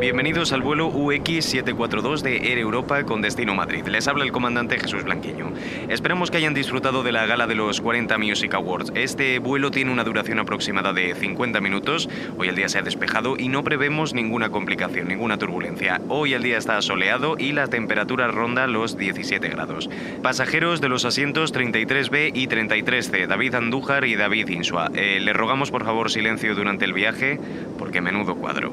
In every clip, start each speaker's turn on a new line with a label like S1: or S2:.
S1: Bienvenidos al vuelo UX742 de Air Europa con destino Madrid. Les habla el comandante Jesús Blanqueño. Esperamos que hayan disfrutado de la gala de los 40 Music Awards. Este vuelo tiene una duración aproximada de 50 minutos. Hoy el día se ha despejado y no prevemos ninguna complicación, ninguna turbulencia. Hoy el día está soleado y la temperatura ronda los 17 grados. Pasajeros de los asientos 33B y 33C, David Andújar y David Insua. Eh, les rogamos por favor silencio durante el viaje porque menudo cuadro.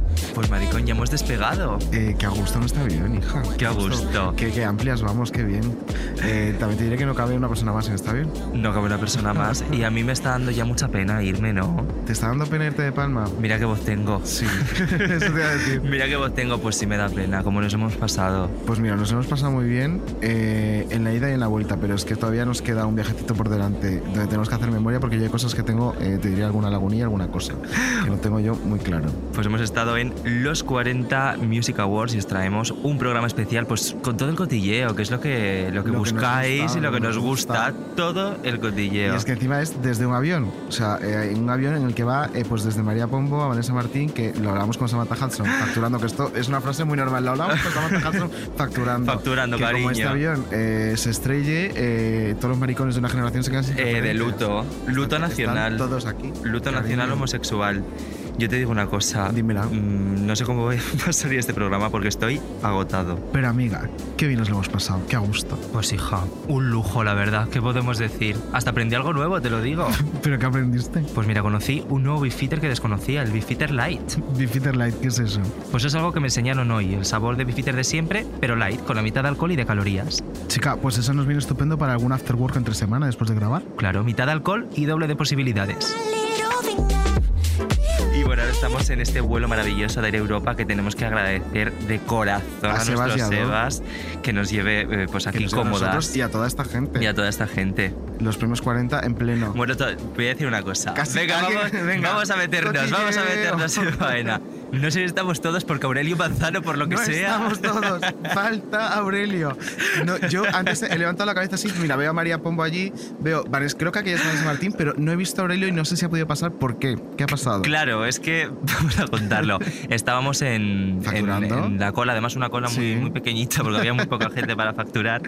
S2: Pues maricón, ya hemos despegado.
S3: Eh, que a gusto no está bien, hija.
S2: Qué a gusto.
S3: Que, que amplias, vamos, qué bien. Eh, también te diré que no cabe una persona más en esta bien.
S2: No cabe una persona más y a mí me está dando ya mucha pena irme, ¿no?
S3: ¿Te está dando pena irte de palma?
S2: Mira qué voz tengo.
S3: Sí, eso te iba a decir.
S2: Mira qué voz tengo, pues sí me da pena, como nos hemos pasado.
S3: Pues mira, nos hemos pasado muy bien eh, en la ida y en la vuelta, pero es que todavía nos queda un viajecito por delante donde tenemos que hacer memoria porque yo hay cosas que tengo, eh, te diría alguna lagunilla, alguna cosa, que no tengo yo muy claro.
S2: Pues hemos estado en los 40 Music Awards y os traemos un programa especial, pues con todo el cotilleo, que es lo que, lo que
S3: Lo que nos
S2: buscáis
S3: gusta,
S2: y lo que nos gusta,
S3: gusta.
S2: todo el cotilleo. Eh,
S3: Y es que encima es desde un avión, o sea, eh, un avión en el que va eh, pues desde María Pombo a Vanessa Martín, que lo hablamos con Samantha Hudson, facturando, que esto es una frase muy normal, lo hablamos con Samantha Hudson, facturando.
S2: Facturando,
S3: que
S2: cariño.
S3: Como este avión eh, se estrelle, eh, todos los maricones de una generación se quedan sin
S2: Eh, de
S3: referencias.
S2: luto, luto
S3: Están-
S2: nacional.
S3: Están todos aquí.
S2: Luto
S3: Cariño.
S2: nacional homosexual. Yo te digo una cosa.
S3: Dímela.
S2: Mm, no sé cómo voy a salir de este programa porque estoy agotado.
S3: Pero amiga, qué bien nos lo hemos pasado, qué a gusto.
S2: Pues hija, un lujo, la verdad. ¿Qué podemos decir? Hasta aprendí algo nuevo, te lo digo.
S3: ¿Pero qué aprendiste?
S2: Pues mira, conocí un nuevo Bifitter que desconocía, el Bifitter Light.
S3: Bifitter Light, ¿qué es eso?
S2: Pues es algo que me enseñaron hoy, el sabor de Bifitter de siempre, pero light, con la mitad de alcohol y de calorías.
S3: Chica, pues eso nos viene estupendo para algún after work entre semana después de grabar.
S2: Claro, mitad de alcohol y doble de posibilidades. Y bueno, ahora estamos en este vuelo maravilloso de Air Europa que tenemos que agradecer de corazón a,
S3: A Sebas
S2: nuestro
S3: y a Dor.
S2: Sebas que nos lleve eh, pues
S3: Que
S2: aquí
S3: nos lleva a nosotros
S2: cómodas
S3: Y a toda esta gente.
S2: y a toda esta gente.
S3: Los premios 40 en pleno.
S2: Bueno, to- voy a decir una cosa.
S3: Casi
S2: venga,
S3: alguien-
S2: vamos,
S3: venga. eh.
S2: vamos a meternos, vamos a
S3: Cotilleo.
S2: meternos en faena. No sé si estamos todos porque Aurelio Manzano, por lo que
S3: no
S2: sea.
S3: estamos todos. Falta Aurelio. No, yo antes he levantado la cabeza así. Mira, veo a María Pombo allí. Veo, Vanes- creo que aquella es Vanessa Martín, pero no he visto a Aurelio y no sé si ha podido pasar. ¿Por qué? ¿Qué ha pasado?
S2: Claro, es que vamos a contarlo. Estábamos en, en-
S3: Facturando.
S2: en la cola, además una cola muy,
S3: Sí.
S2: muy pequeñita porque había muy poca gente para facturar.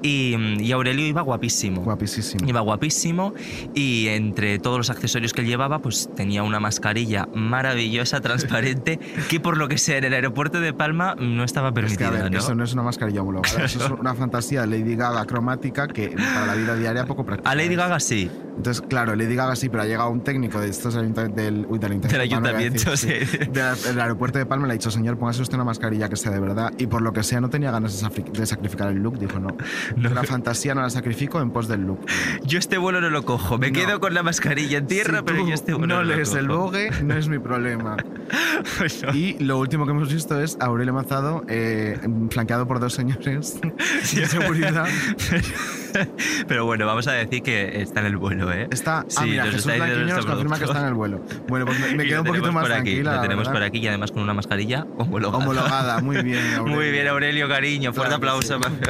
S2: Y, y Aurelio iba guapísimo.
S3: Guapísimo.
S2: Iba guapísimo y entre todos los accesorios que él llevaba, pues tenía una mascarilla maravillosa, transparente, que por lo que sea en el aeropuerto de Palma no estaba
S3: Es que,
S2: permitida.
S3: a ver,
S2: ¿no?
S3: eso no es una mascarilla homologada, eso es una fantasía de Lady Gaga cromática que para la vida diaria poco práctica.
S2: A Lady
S3: es.
S2: Gaga sí,
S3: Entonces, claro, Lady Gaga sí, pero ha llegado un técnico de estos ayunta- del, uy, del
S2: del
S3: ayuntamiento. bueno, iba a decir,
S2: ayuntamiento, sí.
S3: de la- del aeropuerto de Palma le ha dicho, señor, póngase usted una mascarilla que sea de verdad. Y por lo que sea, no tenía ganas de safri- de sacrificar el look. Dijo, no,
S2: No.
S3: la fantasía no la sacrifico en pos del look.
S2: Yo este vuelo no lo cojo, me
S3: No.
S2: quedo con la mascarilla en tierra,
S3: Si
S2: pero
S3: tú
S2: yo este vuelo no,
S3: no
S2: lo
S3: lees el
S2: cojo.
S3: bogue, no es mi problema.
S2: Bueno,
S3: Y lo último que hemos visto es a Aurelio Mazado eh, flanqueado por dos señores
S2: sí.
S3: de seguridad.
S2: Pero bueno, vamos a decir que está en el vuelo, ¿eh?
S3: Está, ah,
S2: Sí,
S3: mira,
S2: nos
S3: Jesús
S2: estáis
S3: Blanquiño
S2: viendo
S3: nos
S2: nuestro
S3: confirma que
S2: producto.
S3: está en el vuelo. Bueno, pues me, me
S2: Y
S3: quedo
S2: lo
S3: un poquito
S2: tenemos
S3: más
S2: por aquí,
S3: tranquila.
S2: Lo
S3: la
S2: tenemos por
S3: verdad.
S2: aquí y además con una mascarilla homologada.
S3: Homologada, muy bien. Aurelio.
S2: Muy bien, Aurelio, cariño. Fuerte
S3: Claro que
S2: aplauso para
S3: sí.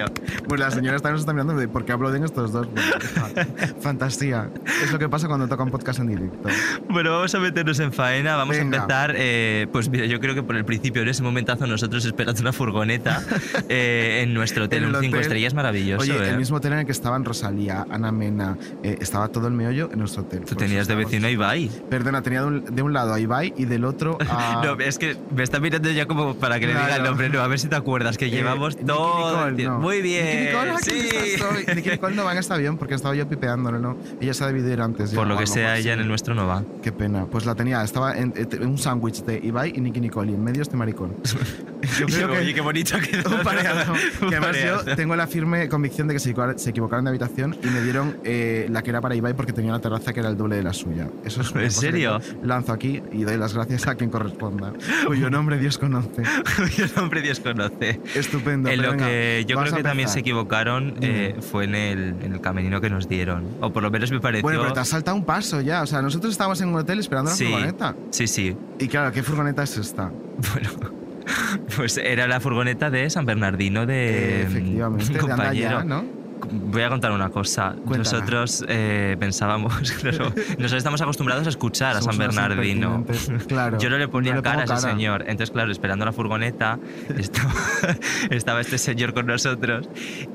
S2: Aurelio.
S3: Pues las señoras también se están mirando de por qué aplauden estos dos. Bueno, fa- fantasía. Es lo que pasa cuando toca un podcast en directo.
S2: Bueno, vamos a meternos en faena. Vamos
S3: Venga.
S2: a empezar. eh, pues mira, yo creo que por el principio, en ese momentazo, nosotros esperando una furgoneta eh, en nuestro hotel,
S3: En el
S2: un 5
S3: hotel.
S2: estrellas maravilloso.
S3: Oye,
S2: ¿eh?
S3: el mismo hotel en el que estaban Rosalía, Ana Mena, eh, estaba todo el meollo en nuestro hotel.
S2: Tú
S3: Por
S2: tenías
S3: eso
S2: de
S3: estábamos-
S2: vecino a Ibai.
S3: Perdona, tenía de un, de un lado a Ibai y del otro a...
S2: No, es que me está mirando ya como para que le diga el
S3: Ah. Claro.
S2: nombre. No, a ver si te acuerdas que
S3: Eh,
S2: llevamos
S3: Nicki
S2: todo. el
S3: Nicole,
S2: tiempo.
S3: no.
S2: Muy bien.
S3: Nicki Nicole, aquí
S2: sí.
S3: estoy. Nicki Nicole no va en este avión porque estaba yo pipeándolo, ¿no? Ella se ha debido ir antes. ya,
S2: Por
S3: o
S2: lo que
S3: algo
S2: sea,
S3: así.
S2: ella en el nuestro no va.
S3: Qué pena. Pues la tenía, estaba en, en un sándwich de Ibai y Nicky Nicole y en medio este maricón. Yo creo que-
S2: Oye, qué bonito quedó.
S3: Un pareado. Que además yo tengo la firme convicción de que se, equivoca- se equivocaron de habitación y me dieron eh, la que era para Ibai porque tenía una terraza que era el doble de la suya. Eso es una
S2: ¿En
S3: cosa que
S2: serio?
S3: yo Lanzo aquí y doy las gracias a quien corresponda. Cuyo nombre Dios conoce.
S2: Yo nombre Dios conoce.
S3: Estupendo.
S2: en lo
S3: pero venga,
S2: que yo
S3: vas
S2: creo
S3: a
S2: que también se
S3: empezar.
S2: equivocaron eh, fue en el, en el camerino que nos dieron. O por lo menos me pareció.
S3: Bueno, pero te has saltado un paso ya. O sea, nosotros estábamos en un hotel esperando la
S2: Sí.
S3: furgoneta.
S2: Sí, sí.
S3: Y claro, ¿qué furgoneta es esta?
S2: Bueno. Pues era la furgoneta de San Bernardino de.
S3: Efectivamente,
S2: un
S3: de
S2: compañero.
S3: Andaya, ¿no?
S2: Voy a contar una cosa.
S3: Cuéntala.
S2: Nosotros eh, pensábamos, claro, nosotros estamos acostumbrados a escuchar a
S3: Somos
S2: San
S3: unos
S2: Bernardino.
S3: impertinentes, Claro.
S2: Yo no le ponía
S3: No le pongo
S2: cara a ese
S3: cara.
S2: señor. Entonces, claro, esperando la furgoneta, estaba, estaba este señor con nosotros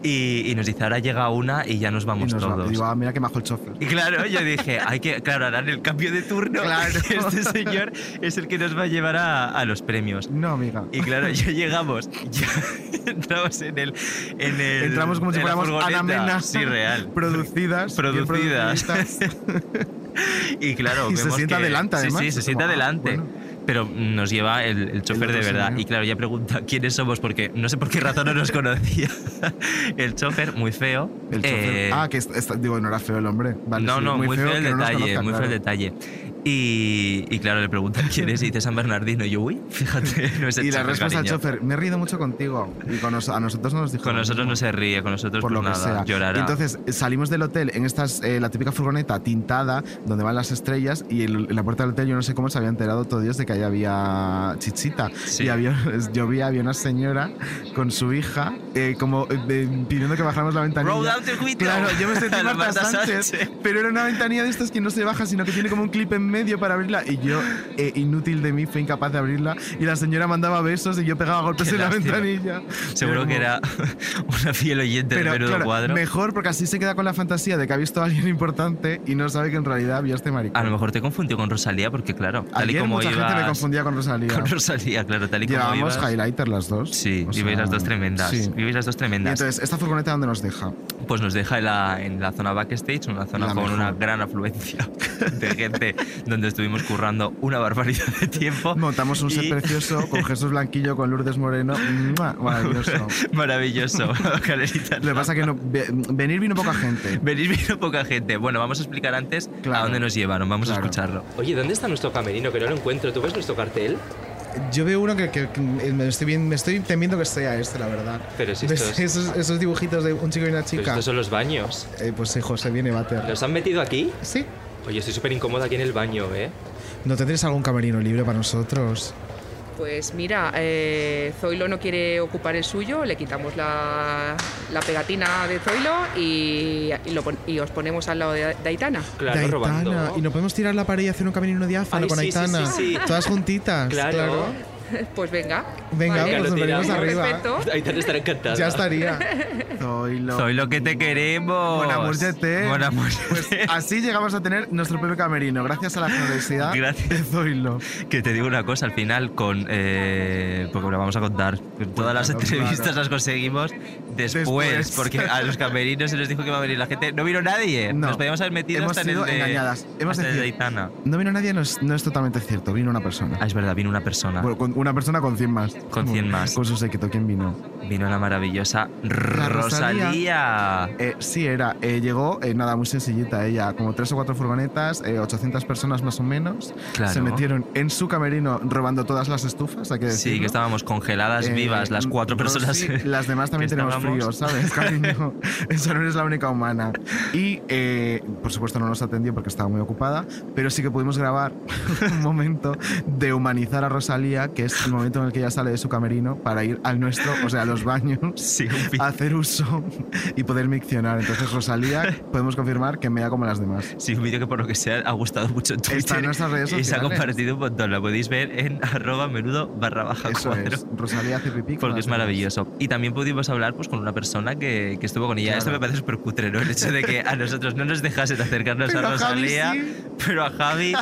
S2: y, y nos dice, ahora llega una y ya nos
S3: Y
S2: vamos
S3: nos va-
S2: todos.
S3: y digo, ah, mira que majo el chofer.
S2: Y claro, yo dije, hay que, claro, harán el cambio de turno.
S3: Claro.
S2: que Este señor es el que nos va a llevar a, a los premios.
S3: No, amiga.
S2: Y claro, yo llegamos, ya entramos en el, en el-
S3: Entramos como si
S2: en la
S3: fuéramos
S2: furgoneta.
S3: Ana Mena.
S2: Sí, real.
S3: Producidas. bien
S2: Producidas. Y claro,
S3: Y se
S2: vemos
S3: sienta
S2: que-
S3: adelante,
S2: sí,
S3: además.
S2: Sí, se
S3: Es
S2: sienta
S3: como, ah,
S2: adelante.
S3: bueno.
S2: Pero nos lleva el, el chofer
S3: otro
S2: de verdad.
S3: señor.
S2: Y claro, ella pregunta quiénes somos porque no sé por qué razón no nos conocía. el chofer, muy feo.
S3: El chofer.
S2: eh,
S3: ah, que es- es- digo, no era feo el hombre. Vale,
S2: no,
S3: sí,
S2: no, muy, feo, el
S3: que no nos
S2: detalle,
S3: conozcan,
S2: muy feo el
S3: claro.
S2: detalle. Y, y claro, le pregunta quién es y dice San Bernardino. Y yo, uy, fíjate, no es el
S3: Y la
S2: chofer,
S3: respuesta del
S2: cariño".
S3: chofer, me he reído mucho contigo. Y con nos- a nosotros no nos dijo.
S2: Con
S3: lo
S2: nosotros
S3: mismo.
S2: no se ríe, con nosotros
S3: por
S2: pues
S3: lo que
S2: nada,
S3: sea.
S2: llorará.
S3: Y entonces eh, salimos del hotel en estas, eh, la típica furgoneta tintada donde van las estrellas y el- en la puerta del hotel yo no sé cómo se había enterado todo Dios de que ahí había chichita.
S2: Sí.
S3: Y había, yo vi, había una señora con su hija eh, como eh, de- pidiendo que bajáramos la ventanilla.
S2: Roll out the window.
S3: Claro, yo me sentí
S2: La
S3: Marta
S2: Marta
S3: Sánchez,
S2: Sánchez.
S3: pero era una ventanilla de estas que no se baja, sino que tiene como un clip en medio para abrirla. Y yo, eh, inútil de mí, fue incapaz de abrirla. Y la señora mandaba besos y yo pegaba golpes
S2: Qué
S3: en la
S2: lástima.
S3: ventanilla.
S2: Seguro que
S3: como-
S2: era una fiel oyente del menudo
S3: claro,
S2: cuadro.
S3: Mejor porque así se queda con la fantasía de que ha visto a alguien importante y no sabe que en realidad vio a este maricón.
S2: A lo mejor te confundió con Rosalía porque, claro, Ah, tal y
S3: Ayer
S2: como
S3: mucha gente me
S2: ibas-
S3: confundía con Rosalía.
S2: Con Rosalía, claro, tal y como
S3: Llevábamos
S2: ibas-
S3: highlighter las dos.
S2: Sí,
S3: o sea,
S2: vivéis las dos tremendas.
S3: sí.
S2: Vivéis las dos
S3: Y
S2: tremendas.
S3: entonces, ¿esta furgoneta dónde nos deja?
S2: pues nos deja en la, en la zona backstage, una zona
S3: La
S2: con
S3: mejor.
S2: una gran afluencia de gente, donde estuvimos currando una barbaridad de tiempo.
S3: Montamos un set
S2: Oh, Y-
S3: precioso con Jesús Blanquillo, con Lourdes Moreno. ¡Mua! Maravilloso.
S2: Maravilloso, Galerita.
S3: Lo que pasa que no, ve- venir vino poca gente.
S2: Venir vino poca gente. Bueno, vamos a explicar antes a
S3: Claro.
S2: dónde nos llevaron. Vamos
S3: Claro.
S2: a escucharlo. Oye, ¿dónde está nuestro camerino? Que no lo encuentro. ¿Tú ves nuestro cartel?
S3: Yo veo uno que, que- que me, estoy, bien- me estoy temiendo que sea este, la verdad.
S4: Pero si
S3: ¿Ves
S4: estos,
S3: esos, esos dibujitos de un chico y una
S4: pero
S3: chica?
S4: estos son los baños.
S3: Eh, pues hijo, se viene Váter.
S4: ¿Los han metido aquí?
S3: Sí,
S4: Oye, estoy súper incómoda aquí en el baño, ¿eh?
S3: ¿No tendréis algún camerino libre para nosotros?
S5: Pues mira, eh, Zoilo no quiere ocupar el suyo, le quitamos la, la pegatina de Zoilo y, y lo pon- y os ponemos al lado de, de Aitana.
S4: Claro,
S3: De Aitana.
S4: robando.
S3: Y no podemos tirar la pared y hacer un camerino diáfano
S4: Ay,
S3: con
S4: sí, sí,
S3: Aitana.
S4: sí, sí.
S3: Todas juntitas.
S4: Claro.
S3: Claro.
S5: Pues venga.
S4: Venga,
S3: Venga, pues
S4: lo
S3: nos venimos
S4: tiramos.
S3: arriba.
S5: Perfecto.
S4: Aitana estará encantada.
S3: Ya estaría. Zoilo.
S2: Soy lo que te queremos.
S3: Buena muerte.
S2: Buena muerte.
S3: Pues así llegamos a tener nuestro propio camerino, gracias a la generosidad
S2: Gracias.
S3: de Zoilo.
S2: Que te digo una cosa, al final con... eh, porque lo vamos a contar. Todas las
S3: claro,
S2: entrevistas
S3: claro.
S2: las conseguimos después,
S3: Después.
S2: porque a los camerinos se les dijo que iba a venir la gente. No vino nadie.
S3: No.
S2: Nos podíamos haber metido
S3: Hemos
S2: hasta en el
S3: sido
S2: de-
S3: engañadas. Hemos
S2: hasta en el de
S3: decidido-
S2: Aitana.
S3: No vino nadie, no es, no es totalmente cierto. Vino una persona.
S2: Ah, es verdad, vino una persona.
S3: Bueno, con- una persona con 100 más.
S2: Con 100 más.
S3: Con su séquito, ¿quién vino?
S2: Vino la maravillosa
S3: La
S2: Rosalía.
S3: Eh, sí, era. Eh, llegó, eh, nada, muy sencillita ella. Como tres o cuatro furgonetas, eh, 800 personas más o menos.
S2: Claro.
S3: Se metieron en su camerino robando todas las estufas, hay que decirlo.
S2: Sí, que estábamos congeladas
S3: Eh,
S2: vivas las cuatro
S3: Rosy,
S2: personas.
S3: las demás también
S2: que
S3: tenemos
S2: estábamos.
S3: frío, ¿sabes, cariño? Esa no eres la única humana. Y, eh, por supuesto, no nos atendió porque estaba muy ocupada, pero sí que pudimos grabar un momento de humanizar a Rosalía, que es el momento en el que ella sale de su camerino para ir al nuestro, o sea, a los baños.
S2: Sí, un pi-
S3: a hacer uso y poder miccionar. Entonces, Rosalía, podemos confirmar que mea como las demás.
S2: Sí, un vídeo que por lo que sea ha gustado mucho en Twitter.
S3: Está en nuestras redes
S2: Y se ha
S3: sociales.
S2: compartido un montón. Lo podéis ver en arroba menudo barra baja
S3: Eso
S2: cuadro.
S3: es. Rosalía hace pipí. como
S2: Porque es
S3: las demás.
S2: maravilloso. Y también pudimos hablar pues, con una persona que, que estuvo con ella.
S3: Claro.
S2: Esto me parece súper cutre, ¿no? El hecho de que a nosotros no nos dejasen acercarnos
S3: Pero
S2: a
S3: a Javi
S2: Rosalía,
S3: sí.
S2: pero a Javi,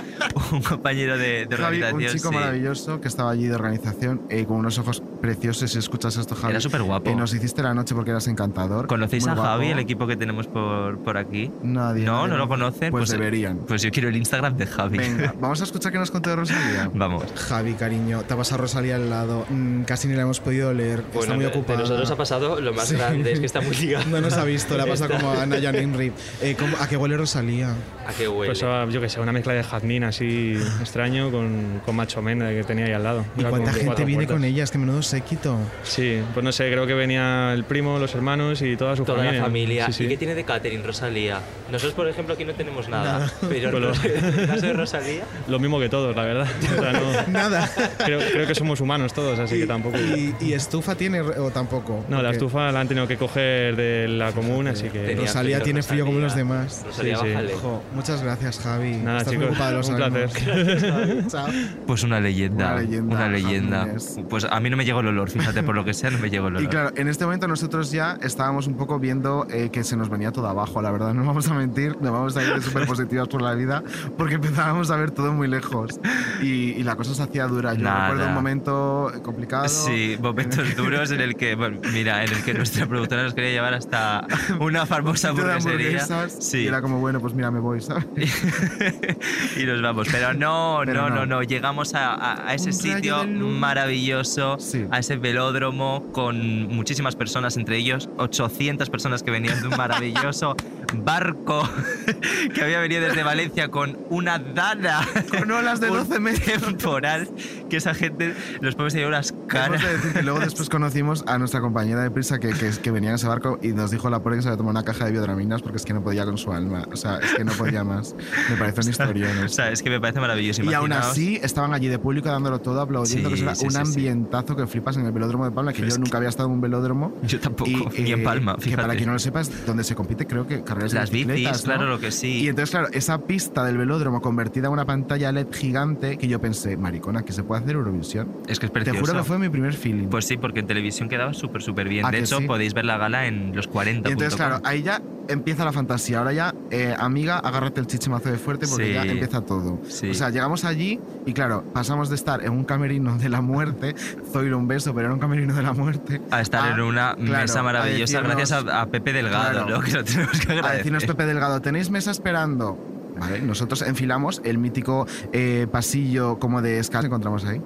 S2: un compañero de, de
S3: Javi, un
S2: rehabilitación,
S3: chico
S2: sí.
S3: maravilloso que estaba allí de organización eh, con unos ojos precioso si escuchas esto, Javi.
S2: Era superguapo.
S3: Y nos hiciste la noche porque eras encantador.
S2: ¿Conocéis
S3: Muy
S2: a
S3: guapo.
S2: Javi, el equipo que tenemos por, por aquí?
S3: Nadie.
S2: no,
S3: nadie
S2: no lo conocen.
S3: Pues,
S2: Pues,
S3: deberían.
S2: pues yo quiero el Instagram de Javi.
S3: Venga, vamos a escuchar qué nos contó de Rosalía.
S2: Vamos.
S3: Javi, cariño, te ha pasado Rosalía al lado. Mm, casi ni la hemos podido leer. está
S4: Bueno,
S3: muy
S4: de- de
S3: ocupada.
S4: nosotros ha pasado lo más grande, es que está muy ligado.
S3: No nos ha visto, la pasa como a Ana Janine Rip. Eh, ¿cómo- ¿A qué huele Rosalía?
S4: ¿A qué huele?
S6: Pues a, yo que sé, una mezcla de jazmín así extraño con, con macho Mena que tenía ahí al lado.
S3: ¿Y
S6: Iba
S3: cuánta
S6: con
S3: gente
S6: cuatro
S3: viene
S6: puertas.
S3: con ella? Es que menudo séquito.
S6: Sí, pues no sé, creo que venía el primo, los hermanos y toda su
S4: Toda
S6: familia.
S4: la familia.
S6: Sí, sí.
S4: ¿Y qué tiene de catering Rosalía? Nosotros, por ejemplo, aquí no tenemos nada. Pero
S6: Bueno.
S4: Ros- en el caso de Rosalía,
S6: Lo mismo que todos, la verdad. O sea, no-
S3: Nada.
S6: creo, creo que somos humanos todos, así que tampoco...
S3: ¿Y, y estufa tiene re- o tampoco?
S6: No, la
S3: Porque
S6: estufa la han tenido que coger de la común, así que...
S4: tenía
S3: Rosalía tiene frío como los demás.
S4: Rosalía,
S6: Sí, sí.
S4: bájale.
S3: Jo, muchas gracias, Javi.
S6: Nada,
S3: Estás muy
S6: chicos,
S3: ocupada de los
S6: un
S3: ánimos. Chao.
S2: Pues una leyenda.
S3: Una leyenda,
S2: una leyenda.
S3: japonés.
S2: Pues a mí no me llegó el olor, fíjate, por lo que sea, no me llegó el olor.
S3: Y claro, en este momento nosotros ya estábamos un poco viendo eh, que se nos venía todo abajo, la verdad, no vamos a mentir, no vamos a ir de súper positivas por la vida, porque empezábamos a ver todo muy lejos y, y la cosa se hacía dura. Yo
S2: Nada.
S3: recuerdo un momento complicado.
S2: Sí, momentos duros en el que, bueno, mira, en el que nuestra productora nos quería llevar hasta una famosa
S3: de
S2: hamburguesería.
S3: hamburguesas, Y
S2: Sí,
S3: era como, bueno, pues mira, me voy, ¿sabes?
S2: y nos vamos. Pero no,
S3: Pero
S2: no,
S3: no.
S2: no, no, Llegamos a, a- a ese
S3: Un rayo
S2: sitio
S3: de luz.
S2: maravilloso,
S3: Sí.
S2: a ese velódromo con muchísimas personas, entre ellos 800 personas que venían de un maravilloso barco que había venido desde Valencia con una dana.
S3: Con olas de
S2: un
S3: 12 metros.
S2: Temporal, que esa gente los podemos llevar unas
S3: Hemos
S2: caras.
S3: de decir que luego después conocimos a nuestra compañera de prisa que, que, que venía en ese barco y nos dijo la pobre que se había tomado una caja de biodraminas porque es que no podía con su alma. O sea, es que no podía más. Me parece un historión.
S2: O sea, es que me parece maravilloso.
S3: Y aún
S2: imaginaos.
S3: así estaban allí de público dándolo todo, aplaudiendo,
S2: Sí,
S3: que eso era
S2: sí,
S3: un
S2: sí, sí.
S3: ambientazo que flipas en el velódromo de Palma, que
S2: Pero
S3: yo
S2: es
S3: nunca había estado en un velódromo.
S2: Yo tampoco, ni en
S3: eh,
S2: Palma,
S3: Que para
S2: fíjate.
S3: quien no lo sepa es donde se compite, creo que carreras de
S2: Las bicis,
S3: bicicletas, ¿no?
S2: claro, lo que sí.
S3: Y entonces, claro, esa pista del velódromo convertida en una pantalla LED gigante que yo pensé, maricona, que se puede hacer Eurovisión.
S2: es que es
S3: Te
S2: precioso.
S3: juro que fue mi primer feeling.
S2: Pues sí, porque en televisión quedaba súper, súper bien.
S3: ¿A
S2: De
S3: que
S2: hecho,
S3: sí?
S2: podéis ver la gala en los 40.
S3: Y entonces, claro, ahí ya empieza la fantasía. Ahora ya, eh, amiga, agárrate el chichimazo de fuerte porque
S2: Sí.
S3: ya empieza todo.
S2: Sí.
S3: O sea, llegamos allí y claro, pasamos de estar en un camerino de la muerte, Zoilo un beso, pero era un camerino de la muerte,
S2: a estar
S3: ah,
S2: en una
S3: claro,
S2: mesa
S3: a
S2: maravillosa
S3: decirnos-
S2: gracias a, a Pepe Delgado,
S3: Claro.
S2: ¿no? que lo tenemos que
S3: a decirnos
S2: agradecer.
S3: Pepe Delgado, ¿tenéis mesa esperando? Vale, nosotros enfilamos el mítico eh, pasillo como de escala que encontramos ahí,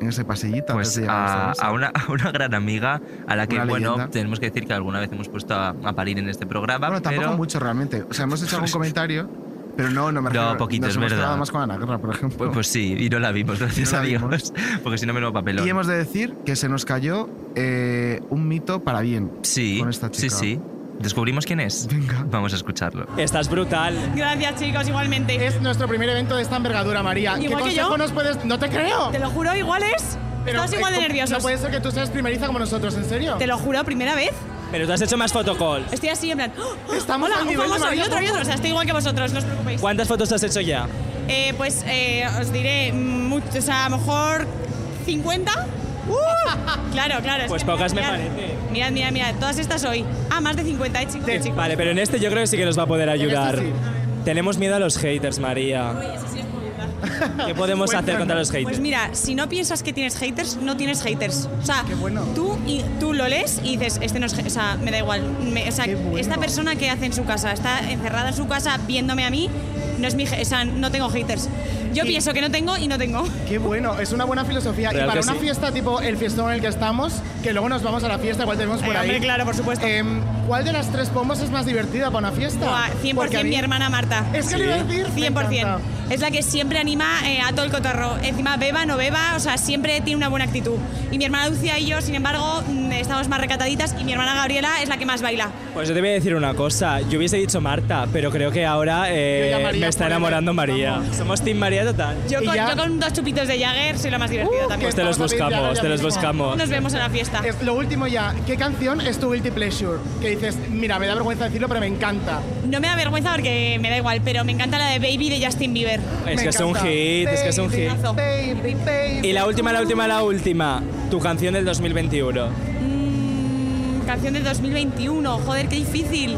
S3: en ese pasillito. antes
S2: Pues
S3: de llegar
S2: a,
S3: nuestra
S2: a una, a una gran amiga a la que,
S3: Una
S2: bueno,
S3: leyenda.
S2: tenemos que decir que alguna vez hemos puesto a, a parir en este programa.
S3: Bueno, tampoco
S2: pero-
S3: mucho realmente. O sea, hemos hecho algún comentario, pero no, no me
S2: No,
S3: refiero.
S2: poquito,
S3: nos
S2: es
S3: hemos
S2: verdad.
S3: quedado más con Ana Guerra, por ejemplo.
S2: Pues, pues sí, y no la vimos, gracias
S3: No la
S2: a Dios.
S3: vimos.
S2: Porque si no, me lo papelón.
S3: Y hemos de decir que se nos cayó eh, un mito para bien.
S2: Sí,
S3: con esta
S2: sí,
S3: chica.
S2: sí. ¿Descubrimos quién es?
S3: Venga.
S2: Vamos a escucharlo.
S7: Estás brutal.
S8: Gracias chicos, igualmente.
S9: Es nuestro primer evento de esta envergadura, María. ¿Qué
S8: Igual que
S9: consejo
S8: yo.
S9: nos puedes.? ¡No te creo!
S8: Te lo juro, igual es. Estás igual de
S9: eh, No
S8: nerviosos.
S9: puede ser que tú seas primeriza como nosotros, ¿en serio?
S8: Te lo juro, primera vez.
S7: Pero tú has hecho más fotocall.
S8: Estoy así en plan. ¡oh! ¡oh!
S9: Estamos
S8: Hola,
S9: al
S8: un
S9: nivel de
S8: famoso y
S9: María
S8: otro y otro. O sea, estoy igual que vosotros, no os preocupéis.
S7: ¿Cuántas fotos has hecho ya?
S8: Eh, pues eh, os diré, mm, mucho- o sea, a lo mejor 50.
S9: ¡Uh!
S8: Claro, claro. es
S7: Pues
S8: que
S7: pocas me
S8: mirad,
S7: parece.
S8: Mirad, mirad, mirad. Todas estas hoy. Ah, más de 50, eh, chicos. chicos.
S7: Vale, pero en este yo creo que sí que nos va a poder ayudar.
S9: En este
S7: Tenemos miedo a los haters, María.
S8: Oye, eso sí es popular.
S7: ¿Qué podemos hacer contra los haters?
S8: Pues mira, si no piensas que tienes haters, no tienes haters. O sea,
S9: bueno.
S8: tú, y, tú lo lees y dices, este no es, hate- o sea, me da igual. Me- o sea,
S9: Qué bueno.
S8: esta persona que hace en su casa, está encerrada en su casa viéndome a mí, no es mi, hate- o sea, no tengo haters. Yo
S9: Y-
S8: pienso que no tengo y no tengo.
S9: Qué bueno, es una buena filosofía. Y
S7: Real
S9: para
S7: que
S9: una
S7: sí.
S9: fiesta tipo el fiestón en el que estamos, que luego nos vamos a la fiesta, igual tenemos por
S8: Eh,
S9: ahí.
S8: hombre, claro, por supuesto.
S9: Em, ¿Cuál de las tres pombos es más divertida para una fiesta?
S8: Buah, 100%
S9: Porque a mí-
S8: mi hermana Marta.
S9: Es que le iba a decir. me
S8: 100%.
S9: encanta.
S8: Es la que siempre anima eh, a todo el cotorro. Encima beba, no beba, o sea, siempre tiene una buena actitud. Y mi hermana Lucia y yo, sin embargo, mm, estamos más recataditas y mi hermana Gabriela es la que más baila.
S7: Pues yo te voy a decir una cosa. Yo hubiese dicho Marta, pero creo que ahora eh,
S9: Yo ya María
S7: me está
S9: por el-
S7: enamorando María.
S9: Vamos.
S7: Somos Team María total.
S8: Yo
S9: Y
S8: con,
S9: ya-
S8: yo con dos chupitos de Jagger soy la más divertida
S9: Uh,
S8: también.
S7: Pues te los
S9: Vamos a pedirle ahora
S7: buscamos,
S9: ya
S7: te los
S9: mismo.
S7: buscamos.
S8: Nos vemos en la fiesta.
S9: Es lo último ya, ¿qué canción es tu guilty pleasure? Que dices, mira, me da vergüenza decirlo, pero me encanta.
S8: No me da vergüenza porque me da igual, pero me encanta la de Baby de Justin Bieber.
S7: Es
S9: Me
S7: que es un
S9: encanta.
S7: hit, es que es un hit.
S8: Baby.
S9: Baby, baby.
S7: Y la última, la última, la última. Tu canción del 2021.
S8: Mm, canción del 2021, joder, qué difícil.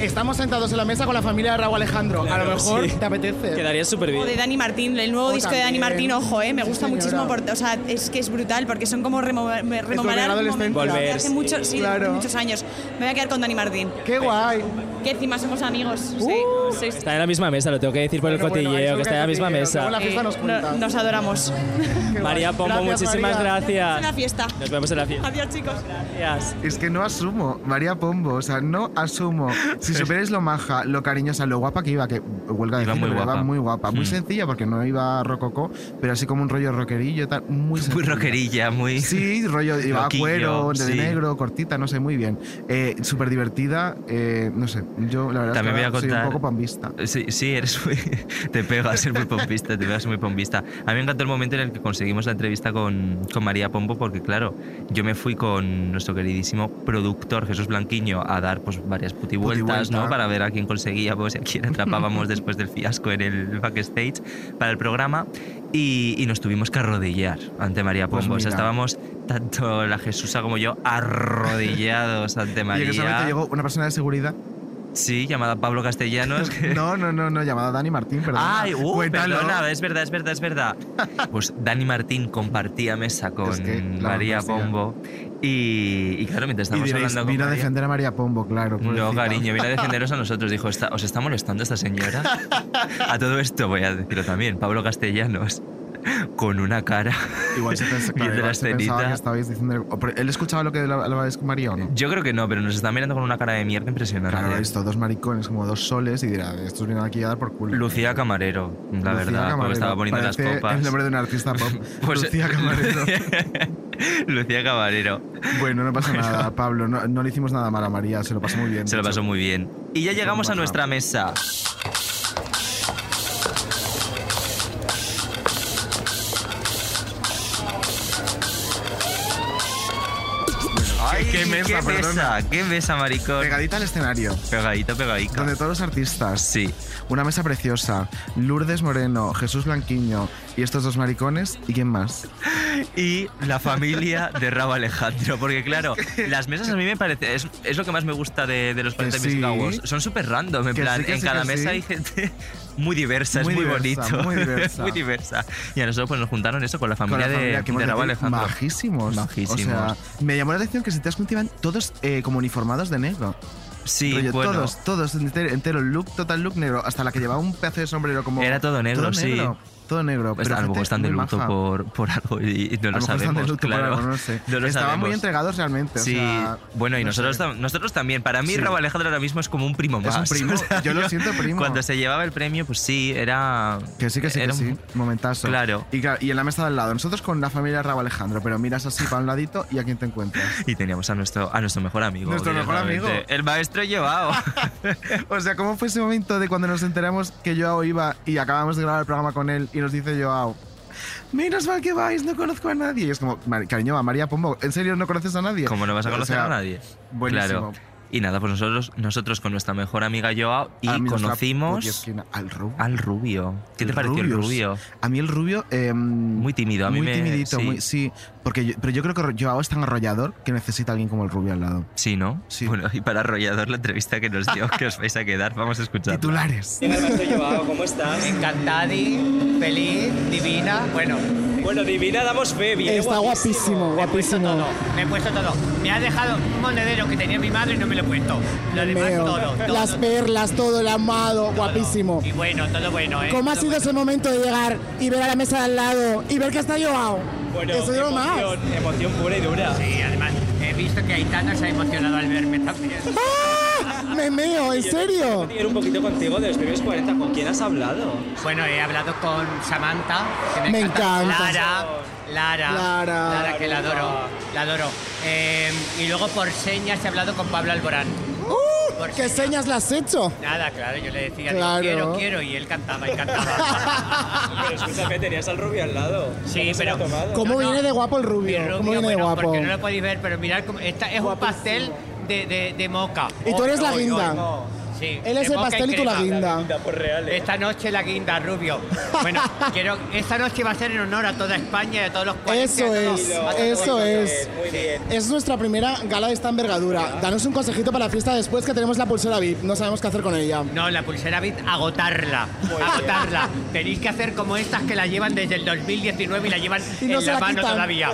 S9: Estamos sentados en la mesa con la familia de Raúl Alejandro. a lo
S7: Claro,
S9: mejor
S7: sí.
S9: te apetece.
S7: Quedaría súper
S8: O de
S7: bien.
S8: Dani Martín, el nuevo
S9: O
S8: disco de Dani
S9: también.
S8: Martín, ojo, eh, me gusta
S9: señora.
S8: muchísimo, por- o sea, es que es brutal porque son como remover,
S9: volver a la
S8: rememorar
S9: adolescencia.
S8: momentos de
S7: Volver,
S8: hace
S7: sí.
S8: muchos, sí, de hace
S9: Claro.
S8: muchos años. Me voy a quedar con Dani Martín,
S9: ¡Qué guay!
S8: que encima somos amigos. sí, sí, sí.
S7: Está en la misma mesa, lo tengo que decir por el
S9: Bueno, bueno,
S7: cotilleo,
S9: eso
S7: que está en la misma
S9: cotilleo,
S7: mesa.
S9: luego la fiesta
S8: Eh,
S9: nos
S8: no-
S9: cuenta.
S8: nos adoramos.
S9: Qué
S7: María
S9: guay.
S7: Pombo,
S9: Gracias,
S7: muchísimas
S9: María.
S8: Es una
S7: gracias.
S8: fiesta.
S7: Nos vemos en la fiesta.
S8: Adiós, chicos.
S7: Gracias.
S3: Es que no asumo, María Pombo, o sea, no asumo. Si supierais lo maja, lo cariñosa, lo guapa que iba, que huelga de
S2: Iba muy guapa.
S3: muy guapa, muy
S2: Mm.
S3: sencilla porque no iba rococó, pero así como un rollo rockerillo, y tal, muy
S2: Muy
S3: sencilla.
S2: rockerilla, muy.
S3: Sí, rollo iba a
S2: Loquillo,
S3: cuero, de
S2: sí.
S3: negro, cortita, no sé, muy bien. Eh, Súper divertida, eh, no sé, yo la verdad
S2: También
S3: es
S2: voy
S3: que
S2: a
S3: ahora soy un
S2: contar-
S3: poco pambista.
S2: Sí, sí, eres muy. Te pegas, eres muy pompista, te pegas muy pompista. A mí me encantó el momento en el que conseguimos la entrevista con, con María Pombo, porque claro, yo me fui con nuestro queridísimo productor Jesús Blanquiño a dar pues varias putivueltas,
S3: Putivuelta.
S2: ¿no? Para ver a quién conseguíamos y a quién atrapábamos después del fiasco en el backstage para el programa. Y, y nos tuvimos que arrodillar ante María
S3: Pues
S2: Pombo. o sea,
S3: mira.
S2: estábamos tanto la Jesusa como yo arrodillados ante
S3: Y en ese momento
S2: María.
S3: llegó una persona de seguridad.
S2: Sí, llamada Pablo Castellanos. que-
S3: No, no, no, no, llamada Dani Martín, perdón.
S2: Ay, uh, perdona, es verdad, es verdad, es verdad. Pues Dani Martín compartía mesa con
S3: Es que la
S2: María
S3: mamá es tía.
S2: Pombo y, y claro, mientras
S3: Y
S2: estábamos
S3: diréis,
S2: hablando con
S3: vino a
S2: María-
S3: defender a María Pombo, claro.
S2: No,
S3: pobrecita.
S2: cariño, vino a defenderos a nosotros. Dijo, "Está- ¿os está molestando esta señora? A todo esto voy a decirlo también, Pablo Castellanos, con una cara.
S3: Igual se, pens- claro,
S2: Viendo
S3: igual
S2: la
S3: se pensaba
S2: escenita.
S3: que estabais diciendo. o, pero ¿Él escuchaba lo que la- hablabais con María o no?
S2: Yo creo que no, pero nos está mirando con una cara de mierda impresionante.
S3: Claro, estos dos maricones, como dos soles, y dirá, estos vienen aquí a dar por culo.
S2: Lucía Camarero, la
S3: Lucía
S2: verdad,
S3: eh, Camarero,
S2: porque estaba poniendo las
S3: parece
S2: copas.
S3: El nombre de un artista pop.
S2: Pues-
S3: Lucía Camarero.
S2: Lucía Camarero.
S3: bueno, no pasa nada, Pablo. No, no le hicimos nada mal a María, se lo pasó muy bien.
S2: Se lo
S3: de hecho.
S2: pasó muy bien. Y ya llegamos a
S3: Ajá.
S2: nuestra mesa. Ay,
S3: qué mesa,
S2: qué
S3: perdona.
S2: mesa, qué mesa, maricón.
S3: Pegadita al escenario,
S2: Pegadito, pegadito.
S3: donde todos los artistas.
S2: Sí,
S3: Una mesa preciosa. Lourdes Moreno, Jesús Blanquiño y estos dos maricones. ¿Y quién más?
S2: y la familia de Rabo Alejandro. Porque, claro, las mesas a mí me parece. Es, es lo que más me gusta de, de los 40
S3: Que
S2: Music
S3: Pues sí.
S2: Awards. Son súper random. En
S3: Que
S2: plan,
S3: sí, que
S2: en
S3: sí,
S2: cada
S3: que
S2: mesa
S3: sí.
S2: hay gente muy diversa.
S3: Muy
S2: es muy
S3: diversa,
S2: bonito.
S3: muy diversa.
S2: muy diversa. Y a nosotros pues, nos juntaron eso con la
S3: Con
S2: familia,
S3: la familia que
S2: de,
S3: hemos
S2: de Rabo
S3: decir,
S2: Alejandro.
S3: Majísimos.
S2: Majísimos.
S3: O sea, me llamó la atención que si te das cuenta iban todos eh, como uniformados de negro.
S2: Sí,
S3: Rollo,
S2: bueno.
S3: todos, todos, entero, entero, look, total look negro, hasta la que llevaba un pedazo de sombrero como...
S2: Era todo negro, sí.
S3: Todo negro.
S2: Pues
S3: pero
S2: a lo mejor
S3: gente
S2: están de
S3: muy
S2: luto
S3: maja.
S2: por, por algo y, y no
S3: A
S2: lo,
S3: mejor
S2: sabemos,
S3: están de luto por
S2: claro.
S3: algo, no sé.
S2: No lo
S3: Estaban muy
S2: sabemos.
S3: entregados realmente. o
S2: Sí,
S3: sea,
S2: bueno, y
S3: no
S2: nosotros,
S3: sé.
S2: tam- nosotros también. Para mí,
S3: Sí.
S2: Raúl Alejandro ahora mismo es como un primo
S3: Es
S2: más.
S3: un primo.
S2: O sea,
S3: Yo lo siento, primo.
S2: Cuando se llevaba el premio, pues sí, era.
S3: Que sí, que sí,
S2: era
S3: que sí.
S2: un-
S3: Momentazo.
S2: Claro.
S3: Y, claro, y en la mesa de al lado, nosotros con la familia Rabo Alejandro, pero miras así para un ladito y a quién te encuentras.
S2: Y teníamos a nuestro, a nuestro mejor amigo.
S3: Nuestro mejor
S2: directamente.
S3: amigo.
S2: El maestro llevado.
S3: O sea, ¿cómo fue ese momento de cuando nos enteramos que Joao iba y acabamos de grabar el programa con él y nos dice Joao, menos mal que vais, no conozco a nadie? Y es como, "Mari- cariño, a María Pombo, ¿en serio no conoces a nadie?
S2: como no vas a
S3: O
S2: conocer
S3: sea,
S2: a nadie. Claro.
S3: Buenísimo.
S2: Y nada, pues nosotros, nosotros con nuestra mejor amiga Joao y
S3: A mí nuestra puti
S2: conocimos
S3: esquina, al rubio.
S2: al rubio. ¿Qué te
S3: El
S2: pareció el
S3: Rubius.
S2: rubio?
S3: A mí el rubio... eh,
S2: Muy tímido, a mí
S3: muy
S2: me-
S3: timidito,
S2: sí.
S3: muy, sí. Porque yo- pero yo creo que Joao es tan arrollador que necesita a alguien como el rubio al lado.
S2: Sí, ¿no?
S3: Sí.
S2: Bueno, y para arrollador la entrevista que nos dio, que os vais a quedar, vamos a escuchar.
S3: Titulares.
S7: ¿Cómo estás?
S10: Encantadi, feliz, divina. Bueno,
S7: Bueno, divina, damos fe, bien.
S9: Está guapísimo,
S10: me he puesto
S9: guapísimo.
S10: todo. Me he puesto todo. Me ha dejado un monedero que tenía mi madre y no me lo he puesto. Lo demás
S9: Meo.
S10: todo. todo,
S9: Las
S10: todo,
S9: perlas, todo el amado, guapísimo.
S10: Y bueno, todo bueno, ¿eh?
S9: ¿Cómo ha
S10: Todo
S9: sido
S10: bueno.
S9: ese momento de llegar y ver a la mesa de al lado y ver que está Joao?
S7: Bueno,
S9: Eso es lo más.
S7: emoción, emoción pura y dura.
S10: Sí, además, he visto que Aitana se ha emocionado al verme también.
S9: ¡Ah! Me meo, en serio.
S7: Quiero un poquito contigo de los primeros 40. ¿Con quién has hablado?
S10: Bueno, he hablado con Samantha, que me,
S9: Me encanta.
S10: Lara, Lara,
S9: Lara.
S10: Lara, que la adoro, la adoro. Eh, y luego por señas he hablado con Pablo Alborán.
S9: ¡Uh!
S10: Por
S9: ¿Qué
S10: señas.
S9: señas le has hecho?
S10: Nada, claro, yo le decía,
S9: Claro.
S10: digo, quiero, quiero, y él cantaba y cantaba.
S7: Pero escúchame, tenías al rubio al lado.
S10: sí,
S7: ¿Cómo se lo
S10: pero...
S7: ha tomado?
S9: ¿Cómo
S10: No, no,
S9: viene de guapo el
S10: mi
S9: rubio?
S10: rubio,
S9: ¿Cómo viene de
S10: bueno,
S9: guapo?
S10: Porque no lo podéis ver, pero mirad, cómo- esta es un pastel de, de- de moca.
S9: Y tú eres la guinda.
S10: Sí.
S9: Él es
S10: de
S9: el
S10: moca y
S9: pastel y tú la
S10: crema.
S9: guinda. pues, La
S10: Esta noche la guinda, rubio. Bueno, quiero, esta noche va a ser en honor a toda España y a todos los cuarenta,
S9: Eso
S10: a todos-
S9: es,
S10: a todos
S9: eso
S10: vosotros.
S9: es.
S10: Muy bien.
S9: Es nuestra primera gala de esta envergadura. Danos un consejito para la fiesta después que tenemos la pulsera VIP. No sabemos qué hacer con ella.
S10: No, la pulsera bit, agotarla. agotarla. Tenéis que hacer como estas que la llevan desde el 2019 y la llevan
S9: Y no
S10: en
S9: se
S10: la,
S9: la
S10: mano
S9: quitan.
S10: todavía.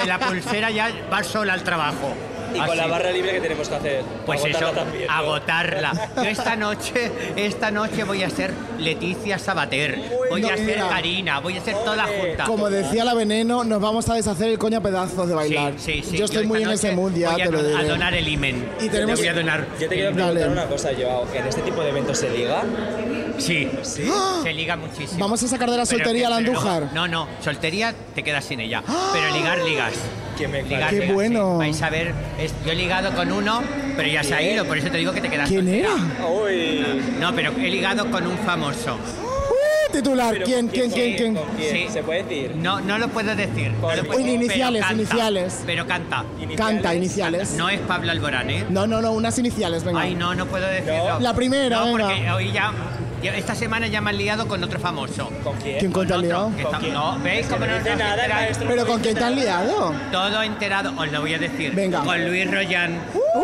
S10: Que la pulsera ya va sola al trabajo.
S7: Y con
S2: Ah,
S10: Así.
S7: la barra libre que tenemos que hacer.
S10: Pues
S7: Agotarla
S10: eso,
S7: también, ¿no?
S10: agotarla. Yo esta noche, esta noche voy a ser Leticia Sabater, voy a ser
S9: mira.
S10: Karina, voy a ser toda junta.
S9: Como decía la veneno, nos vamos a deshacer el coño a pedazos de bailar.
S10: Sí, sí,
S9: Yo estoy muy en
S10: esta
S9: ese mood ya,
S10: voy a,
S9: te lo
S10: don- a
S9: diré.
S10: donar el imen.
S9: Y tenemos-
S10: Te voy a donar.
S7: Yo te quiero preguntar una cosa, Joao. ¿En este tipo de eventos se liga?
S10: Sí,
S9: ¡Ah!
S10: se liga muchísimo.
S9: Vamos a sacar de la
S10: Pero
S9: soltería
S10: que-
S9: a la
S10: pero-
S9: Andújar.
S10: No, no, soltería te quedas sin ella.
S9: ¡Ah!
S10: Pero ligar, ligas. Ligar,
S9: ¡Qué
S10: ligas,
S9: bueno!
S10: sí. Vais a ver, es- yo he ligado con uno, pero ya se ha ido, por eso te digo que te quedas
S9: ¿Quién
S10: soltera.
S9: era?
S10: No, pero he ligado con un famoso.
S9: ¡Uh! Titular, ¿quién, quién, quién, quién?
S10: ¿Se puede decir? No, no lo puedo decir. No lo puedo-
S9: Uy, iniciales,
S10: pero canta,
S9: iniciales.
S10: Pero canta.
S9: Canta, iniciales.
S10: No es Pablo Alborán, ¿eh?
S9: No, no, no, unas iniciales, venga.
S10: Ay, no, no puedo decirlo.
S9: La primera,
S10: No,
S9: venga.
S10: porque hoy ya... ya Esta semana ya me han liado con otro famoso. ¿Con quién?
S9: ¿Quién con te has liado?
S10: No, ¿veis cómo no dice nada,
S9: ¿Pero con quién te has liado?
S10: Todo enterado, os lo voy a decir.
S9: Venga.
S10: Con Luis Royan. Uh.